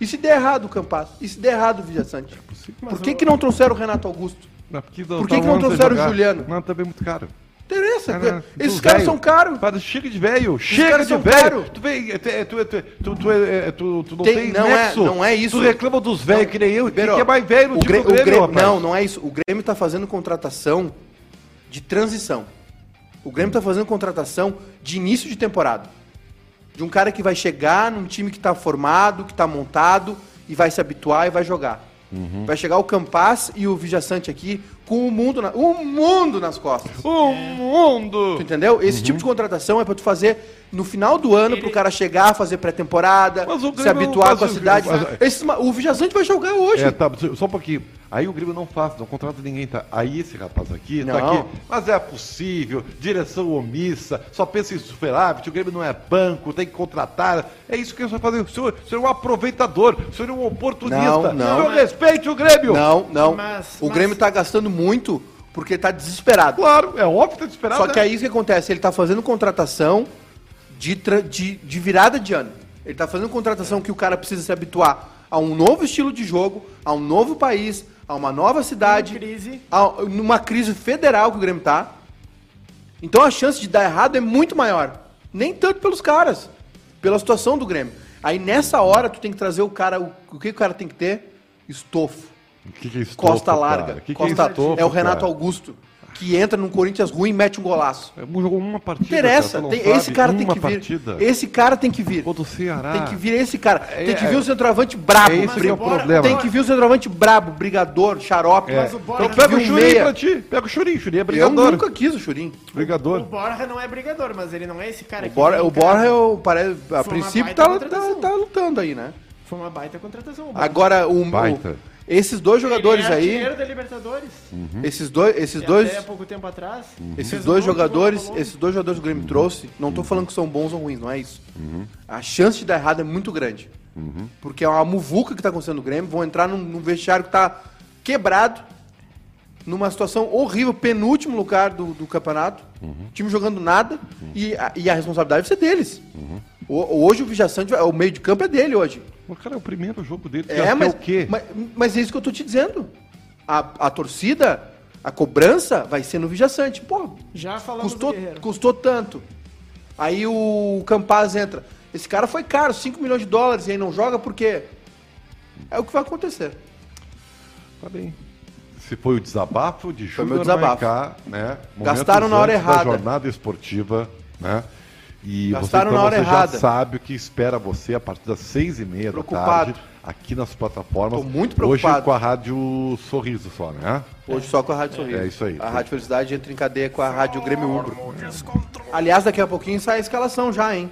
B: E se der errado o Campasso? E se der errado o Vija Sante? Por que, que não trouxeram o Renato Augusto?
A: Mas Por que não,
B: Por que que
A: tá um
B: não
A: ano sem
B: trouxeram o
A: jogar?
B: Juliano?
A: Não, também é muito caro.
B: Interessa.
A: Cara,
B: Esses
A: do
B: caras
A: velho.
B: são caros.
A: Fala, Chega de velho, chega
B: caras
A: de
B: são
A: velho.
B: caros.
A: Tu, vem, tu, tu, tu, tu, tu, é- é- tu- tu não tem,
B: Tem- não é-
A: nexo.
B: não é isso.
A: Tu reclama dos velhos que nem eu. Quem
B: Ribeiro,
A: que é mais velho no
B: o
A: time
B: Grê-
A: do
B: o Grêmio-
A: rapaz?
B: Não, não é isso. O Grêmio tá fazendo contratação de transição. O Grêmio tá fazendo contratação de início de temporada. De um cara que vai chegar num time que tá formado, que tá montado, e vai se habituar e vai jogar.
A: Uhum.
B: Vai chegar o Campas e o Vijaçante aqui com o mundo, na- o mundo nas costas.
A: O Um mundo!
B: Tu entendeu?
A: Uhum.
B: Esse tipo de contratação é pra tu fazer no final do ano, pro cara chegar, fazer pré-temporada,
A: Mas o Grêmio
B: se habituar
A: não
B: com a
A: faz o-
B: cidade.
A: mas-
B: Esses ma- o Vijaçante vai jogar hoje.
A: É, tá, só um pouquinho. Aí o Grêmio não faz, não contrata ninguém, tá? Aí esse rapaz aqui,
B: Não.
A: tá aqui. Mas é possível, direção omissa, só pensa em superávit, o Grêmio não é banco, tem que contratar. É isso que o senhor vai fazer. O senhor, o senhor é um aproveitador, o senhor é um oportunista.
B: Não, não.
A: O senhor respeite o Grêmio!
B: Não, não.
C: Mas-
B: o
C: mas-
B: Grêmio tá gastando muito porque tá desesperado.
A: Claro, é óbvio que tá desesperado.
B: Só que é isso que acontece. Ele tá fazendo contratação de, tra- de, de virada de ano. Ele tá fazendo contratação que o cara precisa se habituar a um novo estilo de jogo, a um novo país, a uma nova cidade.
C: Tá Em crise.
B: a- numa crise federal que o Grêmio tá. Então a chance de dar errado é muito maior. Nem tanto pelos caras, pela situação do Grêmio. Aí nessa hora tu tem que trazer o cara. O, o que o cara tem que ter? Estofo.
A: O que que é estofo,
B: Costa
A: cara?
B: larga.
A: O que que
B: Costa, é,
A: estofo,
B: o Renato
A: cara?
B: Augusto, que entra num Corinthians ruim e mete um golaço.
A: É, Jogou uma partida.
B: Interessa,
A: cara, tu não
B: tem-
A: sabe,
B: esse cara tem
A: uma
B: que vir.
A: partida.
B: Esse cara tem que vir.
A: Pô, do Ceará.
B: Tem que vir esse cara. Tem que
A: é-
B: vir um centroavante brabo.
A: é esse
C: que é o
B: Bora-
A: problema.
B: Tem que vir um centroavante brabo, brigador, xarope.
A: É.
C: Mas o Borja-
A: Então pega o
B: Viu
A: Churinho
B: meia.
A: pra ti. Pega o Churinho. Churinho é
B: Eu
A: brigador.
B: nunca quis o Churinho.
C: O
A: Brigador.
C: Borja não é brigador, mas ele não é esse cara
B: O
C: que
B: Borja,
C: vem,
B: o
C: cara.
B: Borja é o- parece, a
C: Foi uma
B: princípio
C: baita
B: tá, tá,
C: contratação.
B: tá lutando aí, né?
C: Foi uma baita contratação. o Borja.
B: Agora, o,
A: Baita.
B: o- esses dois jogadores
C: ele é
B: aí,
C: artilheiro da Libertadores.
B: esses dois, esses
C: E
B: dois, Uhum.
C: Até há pouco tempo atrás.
B: Esses
C: Fez um
B: dois
C: gol,
B: jogadores,
C: gol, gol.
B: esses dois jogadores que o Grêmio trouxe, não tô falando que são bons ou ruins, não é isso. A chance de dar errado é muito grande. Porque é uma muvuca que tá acontecendo no Grêmio, vão entrar num, num vestiário que tá quebrado, numa situação horrível, penúltimo lugar do, do campeonato, time jogando nada, e, a, e a responsabilidade vai ser deles. O- hoje o Vijaçante, vai- o meio de campo é dele hoje.
A: O cara é o primeiro jogo dele.
B: É, mas,
A: o quê?
B: mas, mas é isso que eu tô te dizendo. A, a torcida, a cobrança vai ser no Vijaçante. Pô,
C: Já falamos
B: custou,
C: do Guerreiro.
B: custou tanto. Aí o Campaz entra. Esse cara foi caro, 5 milhões de dólares, e aí não joga por quê? É o que vai acontecer.
A: Tá bem. Se foi o desabafo de
B: Foi
A: Júnior
B: meu desabafo.
A: Maicá, né?
B: Gastaram na hora
A: antes da
B: errada.
A: jornada esportiva, né? E
B: Gastaram
A: você, então,
B: na hora
A: você já
B: errada.
A: sabe o que espera você a partir das seis e meia da
B: Preocupado.
A: tarde aqui nas plataformas.
B: Tô muito preocupado.
A: Hoje com a rádio Sorriso só, né?
B: Hoje só com a Rádio Sorriso.
A: É isso aí.
B: A Rádio Felicidade entra em cadeia com a Rádio Grêmio Umbro. Aliás, daqui a pouquinho sai a escalação já, hein?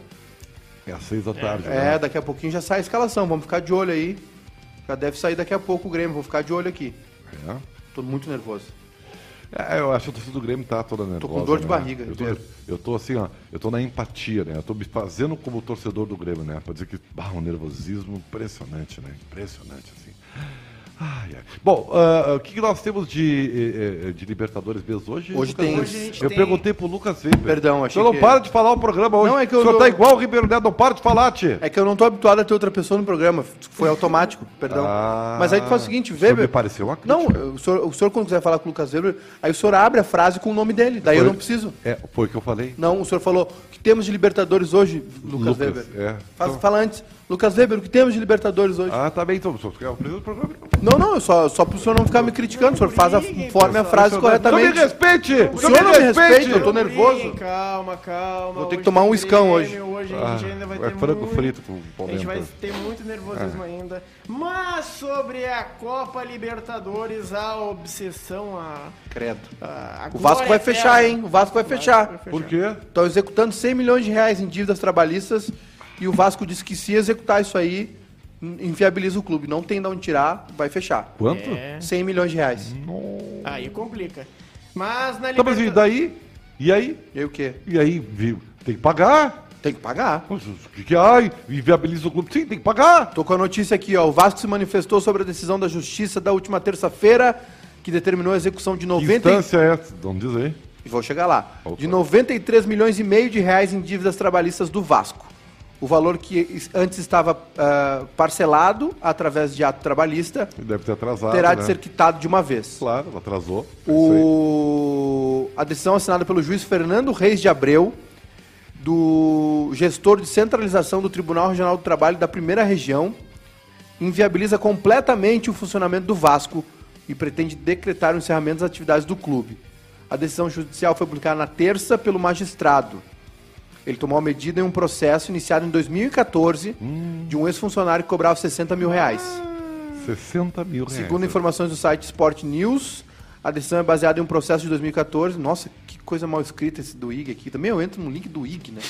A: É às seis da tarde.
B: É,
A: né?
B: daqui a pouquinho já sai a escalação. Vamos ficar de olho aí. Já deve sair daqui a pouco o Grêmio. Vou ficar de olho aqui.
A: É.
B: Tô muito nervoso.
A: É, eu acho que a torcida do Grêmio tá toda nervosa.
B: dor de
A: né?
B: barriga,
A: Eu tô,
B: Ribeiro.
A: eu tô assim, ó, eu tô na empatia, né? Eu tô me fazendo como torcedor do Grêmio, né? Pra dizer que, bah, um nervosismo impressionante, né? Impressionante, assim. Ai, ai. Bom, ah, ah, o que que nós temos de, eh, eh, de Libertadores mesmo hoje?
B: Hoje
A: Lucas
B: tem-
A: Weber?
B: Hoje a
C: gente
A: Eu
C: tem-
A: perguntei pro Lucas Weber.
B: Perdão, achei
A: achei. Eu não
B: que-
A: para de falar o programa hoje.
B: Não, é que eu
A: o senhor
B: não-
A: tá igual o Ribeiro Neto, não para de falar, Tchê.
B: É que eu não tô habituado a ter outra pessoa no programa. Foi automático, perdão.
A: Ah,
B: Mas aí tu faz o seguinte,
A: o senhor
B: Weber.
A: me pareceu uma crítica.
B: Não, o senhor, o senhor, quando quiser falar com o Lucas Weber, aí o senhor abre a frase com o nome dele. Daí eu
A: Foi-
B: não preciso.
A: É, foi o que eu falei.
B: Não, o senhor falou que temos de Libertadores hoje,
A: Lucas,
B: Lucas, Weber.
A: é.
B: Faz-
A: Então-
B: Fala antes. Lucas Weber, o que temos de Libertadores hoje?
A: Ah, tá bem, então. Eu apresento o programa.
B: Não, não, só, só pro senhor não ficar me criticando. o senhor faz a,
C: ninguém,
B: forme a
C: pessoal.
B: frase
A: Então
B: corretamente.
A: me respeite!
B: O
A: Então
B: senhor não me respeita, eu tô
C: Calma,
B: nervoso.
C: Calma, calma.
B: Vou ter que
C: Hoje
B: tomar um
C: tem
B: escão
C: Grêmio,
B: hoje.
C: Hoje a
A: Ah,
C: gente ainda vai
A: é
C: ter
A: frango
C: muito...
A: frito com
C: A gente vai
A: polenta.
C: ter muito nervosismo
B: Ah.
C: ainda. Mas sobre a Copa Libertadores, a obsessão, a...
B: Credo.
C: a- a
B: O Vasco
C: glória
B: vai fechar,
C: eterna.
B: hein? O Vasco vai fechar.
A: Por quê?
B: Estão executando 100 milhões de reais em dívidas trabalhistas e o Vasco disse que se executar isso aí, inviabiliza o clube. Não tem de onde tirar, vai fechar.
A: Quanto?
C: É.
B: 100 milhões de reais.
A: Uhum.
C: Aí complica. Mas na
A: Tá, mas e
C: Libertadores...
A: daí? E aí?
B: E aí o quê?
A: E aí, viu? Tem que pagar?
B: Tem que pagar.
A: Mas O que que ai? Inviabiliza o clube? Sim, tem que pagar!
B: Tô com a notícia aqui, ó. O Vasco se manifestou sobre a decisão da justiça da última terça-feira, que determinou a execução de
A: Que
B: 90
A: instância é essa? Não diz aí.
B: e vou chegar lá.
A: Opa.
B: De 93 milhões e meio de reais em dívidas trabalhistas do Vasco. O valor que es- antes estava ah, parcelado através de ato trabalhista
A: Deve ter atrasado.
B: terá de
A: né?
B: ser quitado de uma vez.
A: Claro, atrasou. É isso aí.
B: O... o- a decisão assinada pelo juiz Fernando Reis de Abreu, do gestor de centralização do Tribunal Regional do Trabalho da Primeira Região, inviabiliza completamente o funcionamento do Vasco e pretende decretar o encerramento das atividades do clube. A decisão judicial foi publicada na terça pelo magistrado. Ele tomou a medida em um processo iniciado em 2014
A: Hum.
B: de um ex-funcionário que cobrava 60 mil reais.
A: 60 mil reais.
B: Segundo informações do site Sport News, a decisão é baseada em um processo de 2014. Nossa, que coisa mal escrita esse do IG aqui. Também eu entro no link do IG, né?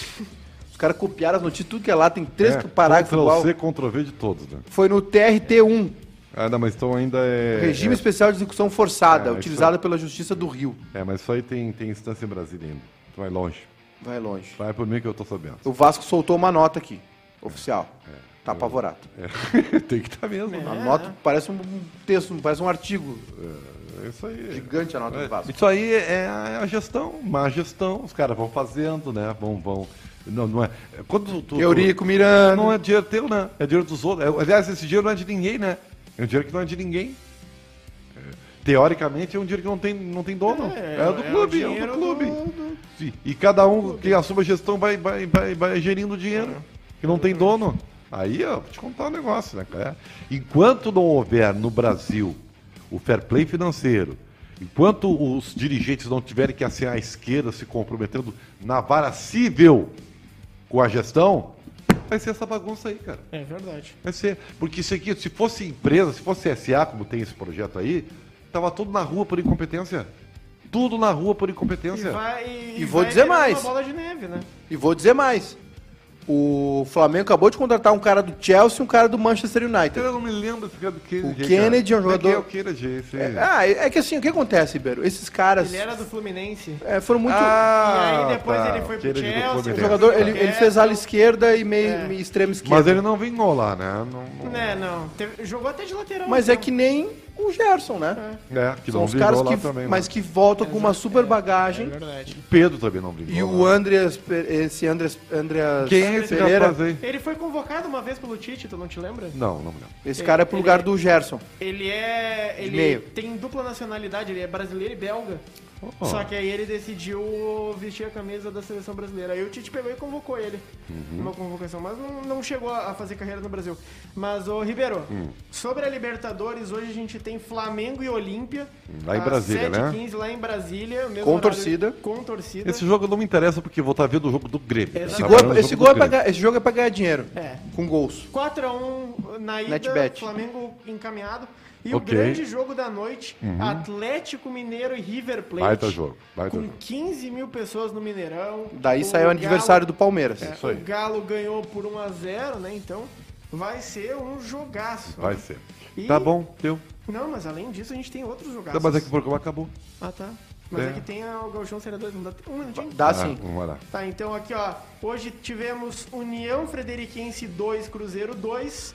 B: Os caras copiaram as notícias, tudo que é lá, tem três parágrafos
A: Ctrl
B: igual.
A: C, Ctrl V de todos, né?
B: Foi no TRT1,
A: Ah, não, mas então ainda é.
B: Regime Especial de Execução Forçada,
A: É, isso
B: utilizada pela Justiça do Rio.
A: É, é, mas isso aí tem, tem instância em Brasília ainda. Tu vai longe.
B: Vai longe.
A: Vai por mim que eu tô sabendo.
B: O Vasco soltou uma nota aqui, oficial. Tá apavorado.
A: É, [LAUGHS] tem que estar tá mesmo.
B: A nota parece um texto, parece um artigo
A: É isso aí.
B: gigante a nota do Vasco.
A: Isso aí é a a gestão, má gestão. Os caras vão fazendo, né? Vão, vão. Não, não é. Quando tu, tu-
B: Eurico
A: tu- Não
B: Miranda.
A: é dinheiro teu, né? É dinheiro dos outros. É, aliás, esse dinheiro não é de ninguém, né? É um dinheiro que não é de ninguém. É, Teoricamente é um dinheiro que não tem, não tem dono. É, do
C: o
A: clube, é, do
C: dinheiro
A: clube.
C: do- do-
A: E- E cada um que assume a gestão vai, vai, vai, vai gerindo o
C: É.
A: dinheiro, que não tem dono. Aí, ó, vou te contar um negócio, né, cara? Enquanto não houver no Brasil o fair play financeiro, enquanto os dirigentes não tiverem que assinar a esquerda se comprometendo na vara cível com a gestão, vai ser essa bagunça aí, cara.
C: É verdade.
A: Vai ser. Porque isso aqui, se fosse empresa, se fosse SA, como tem esse projeto aí, tava tudo na rua por incompetência. Tudo na rua por
C: E,
A: incompetência.
C: vai,
B: E vou
C: vai
B: dizer
C: virando
B: mais.
C: Uma bola de neve, né?
B: E vou dizer mais. O Flamengo acabou de contratar um cara do Chelsea e um cara do Manchester United.
A: Eu não me lembro desse cara do Kennedy.
B: O Kennedy é um
A: cara.
B: jogador-
A: É, que é o Kennedy, esse.
B: É, ah, é que assim, o que acontece, Ibero? Esses caras
C: Ele era do Fluminense.
B: é, foram muito...
A: Ah,
C: e aí depois
A: tá.
C: ele foi pro
A: Kennedy do
C: Chelsea,
A: Fluminense.
B: o jogador,
A: tá.
B: ele, ele fez ala esquerda e meio,
C: É.
B: meio extremo esquerdo.
A: Mas ele não vingou lá, né? Não, não...
C: Né, não. Teve- jogou até de lateral.
B: Mas é
C: então.
B: que nem o Gerson, né?
A: É, que
B: São
A: não
B: os
A: vingou
B: caras
A: lá
B: que,
A: também.
B: mas
A: né?
B: que voltam com uma super
C: É
B: bagagem.
C: verdade.
A: O Pedro também não vingou.
B: E o
A: lá.
B: Andreas, Pe- esse Andreas, Andreas
A: Quem é esse
B: Pereira,
A: rapaz aí?
C: Ele foi convocado uma vez pelo Tite, tu não te lembra?
A: Não, não me lembro.
B: esse cara é pro
C: Ele-
B: lugar do Gerson.
C: Ele é. Ele
B: meio.
C: tem dupla nacionalidade, ele é brasileiro e belga.
A: Oh.
C: Só que aí ele decidiu vestir a camisa da seleção brasileira. Aí o Tite pegou e convocou ele.
A: Uhum.
C: Uma convocação, mas não, não chegou a a fazer carreira no Brasil. Mas, ô Ribeiro,
A: Hum.
C: sobre a Libertadores, hoje a gente tem Flamengo e Olímpia.
A: Lá em
C: às
A: Brasília, né?
C: 7h15 lá em Brasília. mesmo
B: Com
C: horário-
B: torcida.
C: Com torcida.
A: Esse jogo não me interessa porque vou estar vendo o jogo do Grêmio.
C: Esse
B: Esse
A: Tá
B: gol,
A: vendo o
B: é, esse,
A: jogo
B: gol é
A: do
B: pra,
A: Grêmio.
B: ga- esse jogo é pra ganhar dinheiro.
C: É.
B: Com gols.
C: 4x1 na ida,
B: Netbet.
C: Flamengo encaminhado. E o
A: Ok. Uhum.
C: grande jogo da noite, Atlético Mineiro e River Plate.
A: Baita jogo, baita
C: com
A: jogo.
C: 15 mil pessoas no Mineirão.
B: Daí
C: O
B: saiu o
C: Galo-
B: adversário do Palmeiras.
C: É,
A: Isso aí.
C: O Galo ganhou por 1x0, né? Então vai ser um jogaço.
A: Vai ser.
C: E-
A: Tá bom, deu.
C: Não, mas além disso a gente tem outros jogaços.
A: Tá, mas é que o programa acabou.
C: Ah, tá. Mas
A: É.
C: é, que tem a- o Gauchão Série 2, não dá um minutinho.
B: Dá
A: Ah.
B: sim.
A: vamos lá.
C: Tá, então aqui ó, hoje tivemos União Frederiquense 2, Cruzeiro 2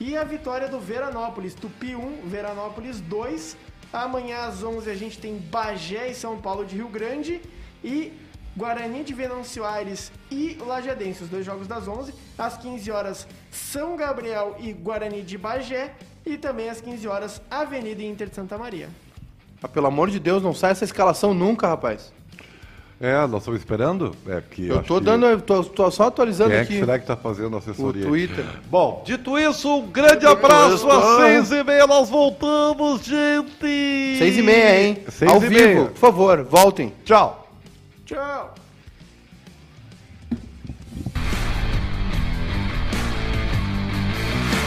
C: e a vitória do Veranópolis, Tupi 1, Veranópolis 2. Amanhã às 11 a gente tem Bagé e São Paulo de Rio Grande e Guarani de Venâncio Aires e Lajadense, os dois jogos das 11. Às 15 horas São Gabriel e Guarani de Bagé e também às 15 horas Avenida Inter de Santa Maria.
B: Ah, pelo amor de Deus, não sai essa escalação nunca, rapaz.
A: É, nós estamos esperando? É, porque.
B: Eu
A: acho
B: tô
A: que-
B: dando, eu tô, tô só atualizando
A: Quem é que
B: aqui
A: será que está fazendo a
B: o
A: assessoria?
B: Twitter.
A: Bom, dito isso, um grande abraço.
B: ah.
A: Às seis e meia nós voltamos, gente.
B: Seis e meia, hein?
A: Seis
B: Ao
A: e
B: vivo,
A: meia.
B: por favor, voltem.
A: Tchau.
C: Tchau!